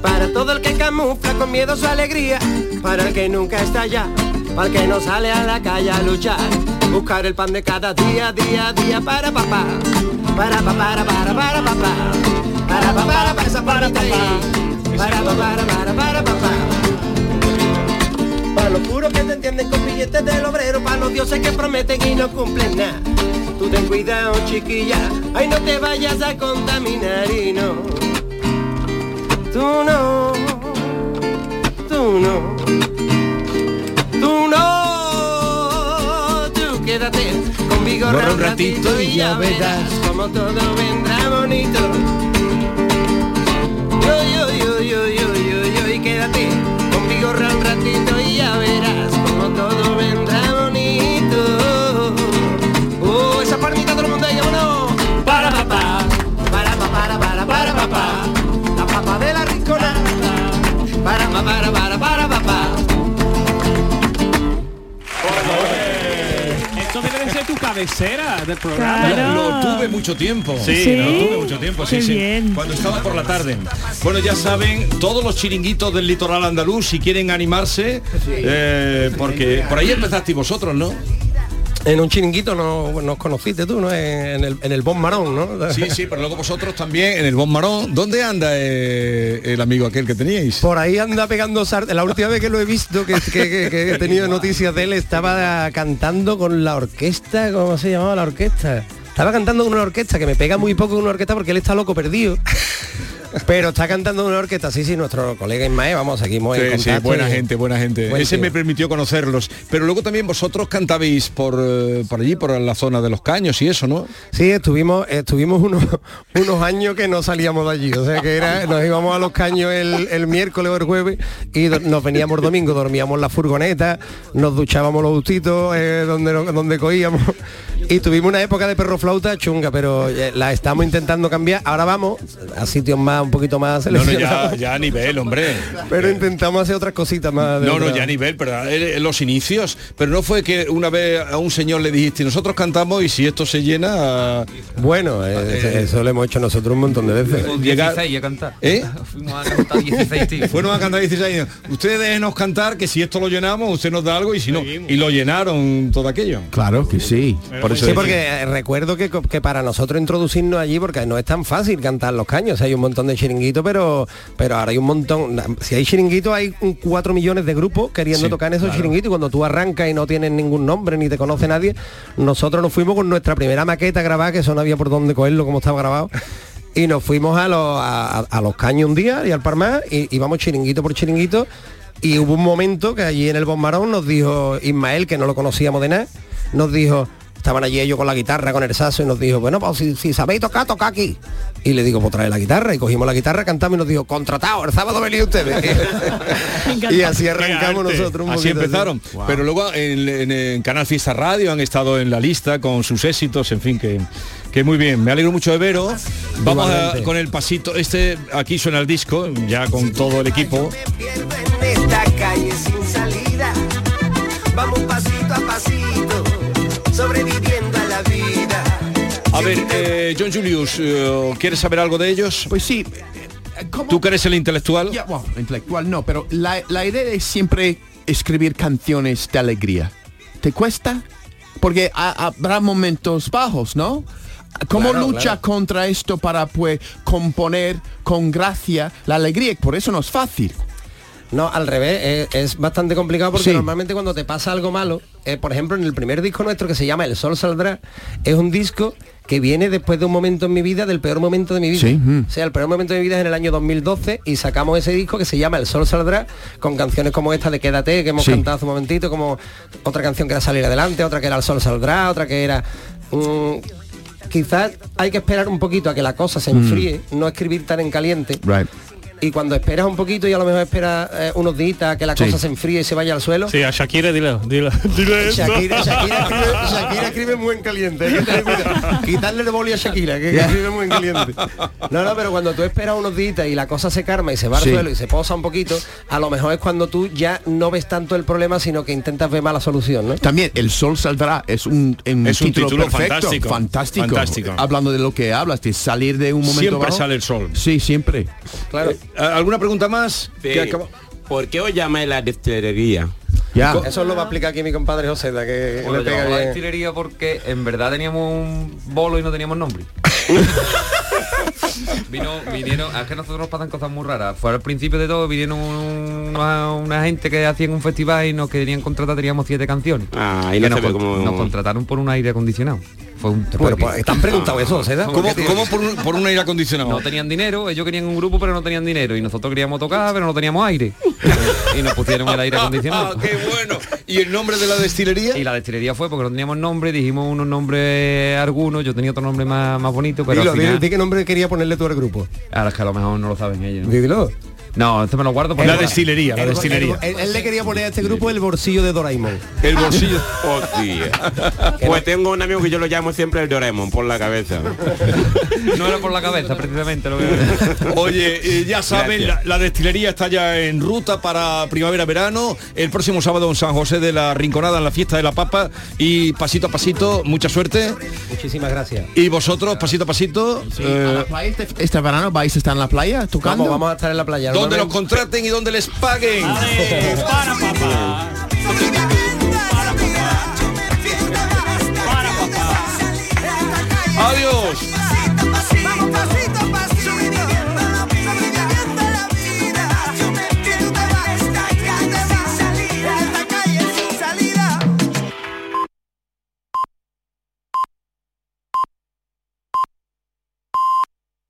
S9: para todo el que camufla con miedo su alegría, para el que nunca está allá, para el que no sale a la calle a luchar, buscar el pan de cada día, día, día para papá, para papá, para para para papá, para papá, para para esa panita ahí, para papá, para para para papá. Para los puros que te entienden con billetes del obrero, para los dioses que prometen y no cumplen nada. Tú ten cuidado, chiquilla, ay no te vayas a contaminar y no. Tú no, tú no, tú no, tú quédate conmigo
S8: Corre
S9: ra-
S8: un ratito y ya verás.
S9: como todo vendrá bonito. Yo, yo, yo, yo, yo, yo, yo, y quédate conmigo ra- un ratito y ya verás como todo vendrá bonito. Oh, esa palmita todo el mundo ahí, vámonos. Para papá, para papá, para para para papá, la papa de la rincona. Para pa, para para para papá.
S5: Esto debe de ser tu cabecera del programa.
S1: Lo, lo tuve mucho tiempo.
S5: Sí,
S1: Sí,
S5: ¿no?
S1: lo tuve mucho tiempo, sí,
S5: Qué
S1: sí.
S5: bien.
S1: Cuando estaba por la tarde. Bueno, ya saben, todos los chiringuitos del litoral andaluz, si quieren animarse, eh, porque por ahí empezasteis vosotros, ¿no?
S8: En un chiringuito no, nos conociste tú, ¿no? En, en el, en el Bon Marón, ¿no?
S1: Sí, sí, pero luego vosotros también en el Bon Marón. ¿Dónde anda eh, el amigo aquel que teníais?
S8: Por ahí anda pegando sartén. La última vez que lo he visto, que, que- que- que he tenido noticias de él, estaba cantando con la orquesta, ¿cómo se llamaba la orquesta? Estaba cantando con una orquesta, que me pega muy poco con una orquesta porque él está loco
S1: *laughs*
S8: perdido. Pero está cantando con una orquesta, sí, sí, nuestro colega Ismael, vamos, seguimos en
S1: Sí, sí,
S8: contacto.
S1: buena gente, buena gente.
S8: Buen
S1: Ese
S8: tío.
S1: me permitió conocerlos. Pero luego también vosotros cantabais por, eh, por allí, por la zona de los caños y eso, ¿no?
S8: Sí, estuvimos, estuvimos unos, *laughs* unos años que no salíamos de allí. O sea que era, nos íbamos a los caños el, el miércoles o el jueves y do- nos veníamos el domingo, dormíamos en la furgoneta, nos duchábamos los gustitos eh, donde, no- donde cogíamos. Y tuvimos una época de perro flauta chunga, pero eh, la estamos intentando cambiar. Ahora vamos a sitios más, un poquito más
S1: No, no, ya,
S8: seleccionados,
S1: ya a nivel, hombre.
S8: Pero intentamos hacer otras cositas más. de
S1: No, no,
S8: otra-
S1: ya a nivel, pero eh, los inicios. Pero no fue que una vez a un señor le dijiste, nosotros cantamos y si esto se llena... eh,
S8: Bueno, eso lo hemos hecho nosotros un montón de veces.
S1: Llegar-
S20: 16 a cantar.
S1: ¿Eh?
S20: Fuimos a cantar 16, tío.
S1: *laughs* Fueron a cantar 16 años. Ustedes déjenos cantar que si esto lo llenamos, usted nos da algo y si no. Y lo llenaron todo aquello.
S8: Claro que sí.
S1: por eso
S8: sí,
S1: decía.
S8: porque eh, recuerdo que, co- que para nosotros introducirnos allí, porque no es tan fácil cantar los caños, o sea, hay un montón de chiringuitos, pero pero ahora hay un montón. na- Si hay chiringuitos, hay un 4 millones de grupos queriendo
S6: Sí,
S8: tocar en esos
S6: claro.
S8: chiringuitos. Y cuando tú arrancas y no tienes ningún nombre ni te conoce nadie, nosotros nos fuimos con nuestra primera maqueta grabada, que eso no había por dónde cogerlo, como estaba grabado. Y nos fuimos a los, a, a- a los caños un día y al Parmá, y íbamos chiringuito por chiringuito. Y hubo un momento que allí en el Bombarón nos dijo Ismael, que no lo conocíamos de nada, nos dijo, estaban allí ellos con la guitarra, con el saso, y nos dijo, bueno, pues si, si sabéis tocar, toca aquí. Y le digo, pues trae la guitarra. Y cogimos la guitarra, cantamos y nos dijo, contratado, el sábado venid ustedes.
S10: *laughs*
S8: y así arrancamos
S1: Qué arte.
S8: nosotros un
S1: Así
S8: poquito,
S1: empezaron.
S8: sí.
S1: Pero luego en, en- en Canal Fiesta Radio han estado en la lista con sus éxitos, en fin, que, que muy bien. Me alegro mucho de veros. Vamos a-
S8: Igualmente.
S1: con el pasito. Este aquí suena el disco, ya con todo el equipo.
S9: en esta calle sin salida. Vamos pasito a pasito, sobreviviendo a la vida.
S1: A ver, eh, John Julius, eh, ¿quieres saber algo de ellos?
S3: Pues sí.
S1: ¿Tú que eres el intelectual?
S3: Ya, bueno, intelectual no, pero la, la idea es siempre escribir canciones de alegría. ¿Te cuesta? Porque ha- habrá momentos bajos, ¿no? ¿Cómo
S8: Claro,
S3: lucha
S8: claro.
S3: contra esto para pues componer con gracia la alegría? Por eso no es fácil.
S8: No, al revés, eh, es, bastante complicado porque
S3: Sí.
S8: normalmente cuando te pasa algo malo, eh, por ejemplo, en el primer disco nuestro que se llama El Sol Saldrá, es un disco que viene después de un momento en mi vida, del peor momento de mi vida.
S3: Sí, mm.
S8: O sea, el peor momento de mi vida es en el año 2012 y sacamos ese disco que se llama El Sol Saldrá, con canciones como esta de Quédate, que hemos
S3: Sí.
S8: cantado hace un momentito, como otra canción que era Salir Adelante, otra que era El Sol Saldrá, otra que era... mm, quizás hay que esperar un poquito a que la cosa se
S3: Mm.
S8: enfríe, no escribir tan en caliente y cuando esperas un poquito y a lo mejor esperas eh, unos días a que la
S5: Sí.
S8: cosa se enfríe y se vaya al suelo.
S5: Sí, a Shakira dile, dile, dile eso.
S8: Shakira, Shakira escribe, Shakira escribe muy en caliente. hay que tener cuidado.
S9: *laughs*
S8: Quitarle el boli a Shakira, que escribe muy en caliente. No, no, pero cuando tú esperas unos días y la cosa se calma y se va al
S6: Sí.
S8: suelo y se posa un poquito, a lo mejor es cuando tú ya no ves tanto el problema, sino que intentas ver más la solución, ¿no?
S3: También El Sol Saldrá es un, un
S8: Es un título
S3: perfecto,
S8: fantástico.
S3: fantástico.
S1: Fantástico.
S3: Hablando de lo que hablas, de salir de un momento
S1: Siempre
S3: bajo.
S1: sale el sol.
S3: Sí, siempre.
S8: Claro.
S1: ¿Alguna pregunta más?
S21: Eh. Sí.
S1: Que acaba-
S21: ¿Por qué os llamáis la destilería?
S8: Co- Eso lo va a aplicar aquí mi compadre José, da que
S20: Bueno,
S8: le pega
S20: llamamos la
S8: bien.
S20: destilería porque en verdad teníamos un bolo y no
S1: *laughs*
S20: teníamos nombre. Vino, vinieron, es que a nosotros nos pasan cosas muy raras. Fue al principio de todo, vinieron una, una gente que hacían un festival y nos querían contratar, teníamos siete canciones.
S21: Ah, y
S20: Que
S21: no
S20: nos,
S21: se ve
S20: con-
S21: como-
S20: nos contrataron por un aire acondicionado. Fue un trueque. Ah,
S8: pues, ¿te han preguntado eso, Seda?
S20: No,
S8: ¿Cómo-
S20: porque-
S8: cómo
S1: por un, por un aire acondicionado?
S20: No tenían dinero, ellos querían un grupo pero no tenían dinero y nosotros queríamos tocar pero no teníamos aire. y nos pusieron el aire acondicionado.
S1: Ah, ¡Qué bueno! ¿Y el nombre de la destilería?
S20: Y la destilería fue porque no teníamos nombre, dijimos unos nombres algunos, yo tenía otro nombre más, más bonito, pero
S8: Dilo,
S20: al
S8: di-
S20: final...
S8: di qué nombre quería ponerle tú al grupo.
S20: Ahora es que a lo mejor no lo saben ellos. ¿no?
S8: Dídelo.
S20: No, este me lo guardo
S8: La
S20: destilería,
S8: El- el- Él, él le quería poner a este grupo el bolsillo de Doraemon. Ah.
S21: El bolsillo. *laughs*
S1: *laughs*
S21: Hostia. Pues tengo un amigo que yo lo llamo siempre el Doremon por la cabeza.
S20: No era por la cabeza, precisamente. Lo que...
S1: *laughs*
S8: *laughs*
S1: Oye, eh, ya saben, la, la destilería está ya en ruta para primavera-verano. El próximo sábado en San José de la Rinconada, en la fiesta de la papa. Y pasito a pasito, mucha suerte.
S8: Muchísimas gracias.
S1: Y vosotros, pasito a pasito,
S3: ¿A
S1: eh,
S3: la playa este, este verano vais a estar en la playa tocando?
S8: Vamos, vamos a estar en la playa.
S1: *laughs* donde los contraten y donde les paguen.
S3: Dale,
S1: para, papá.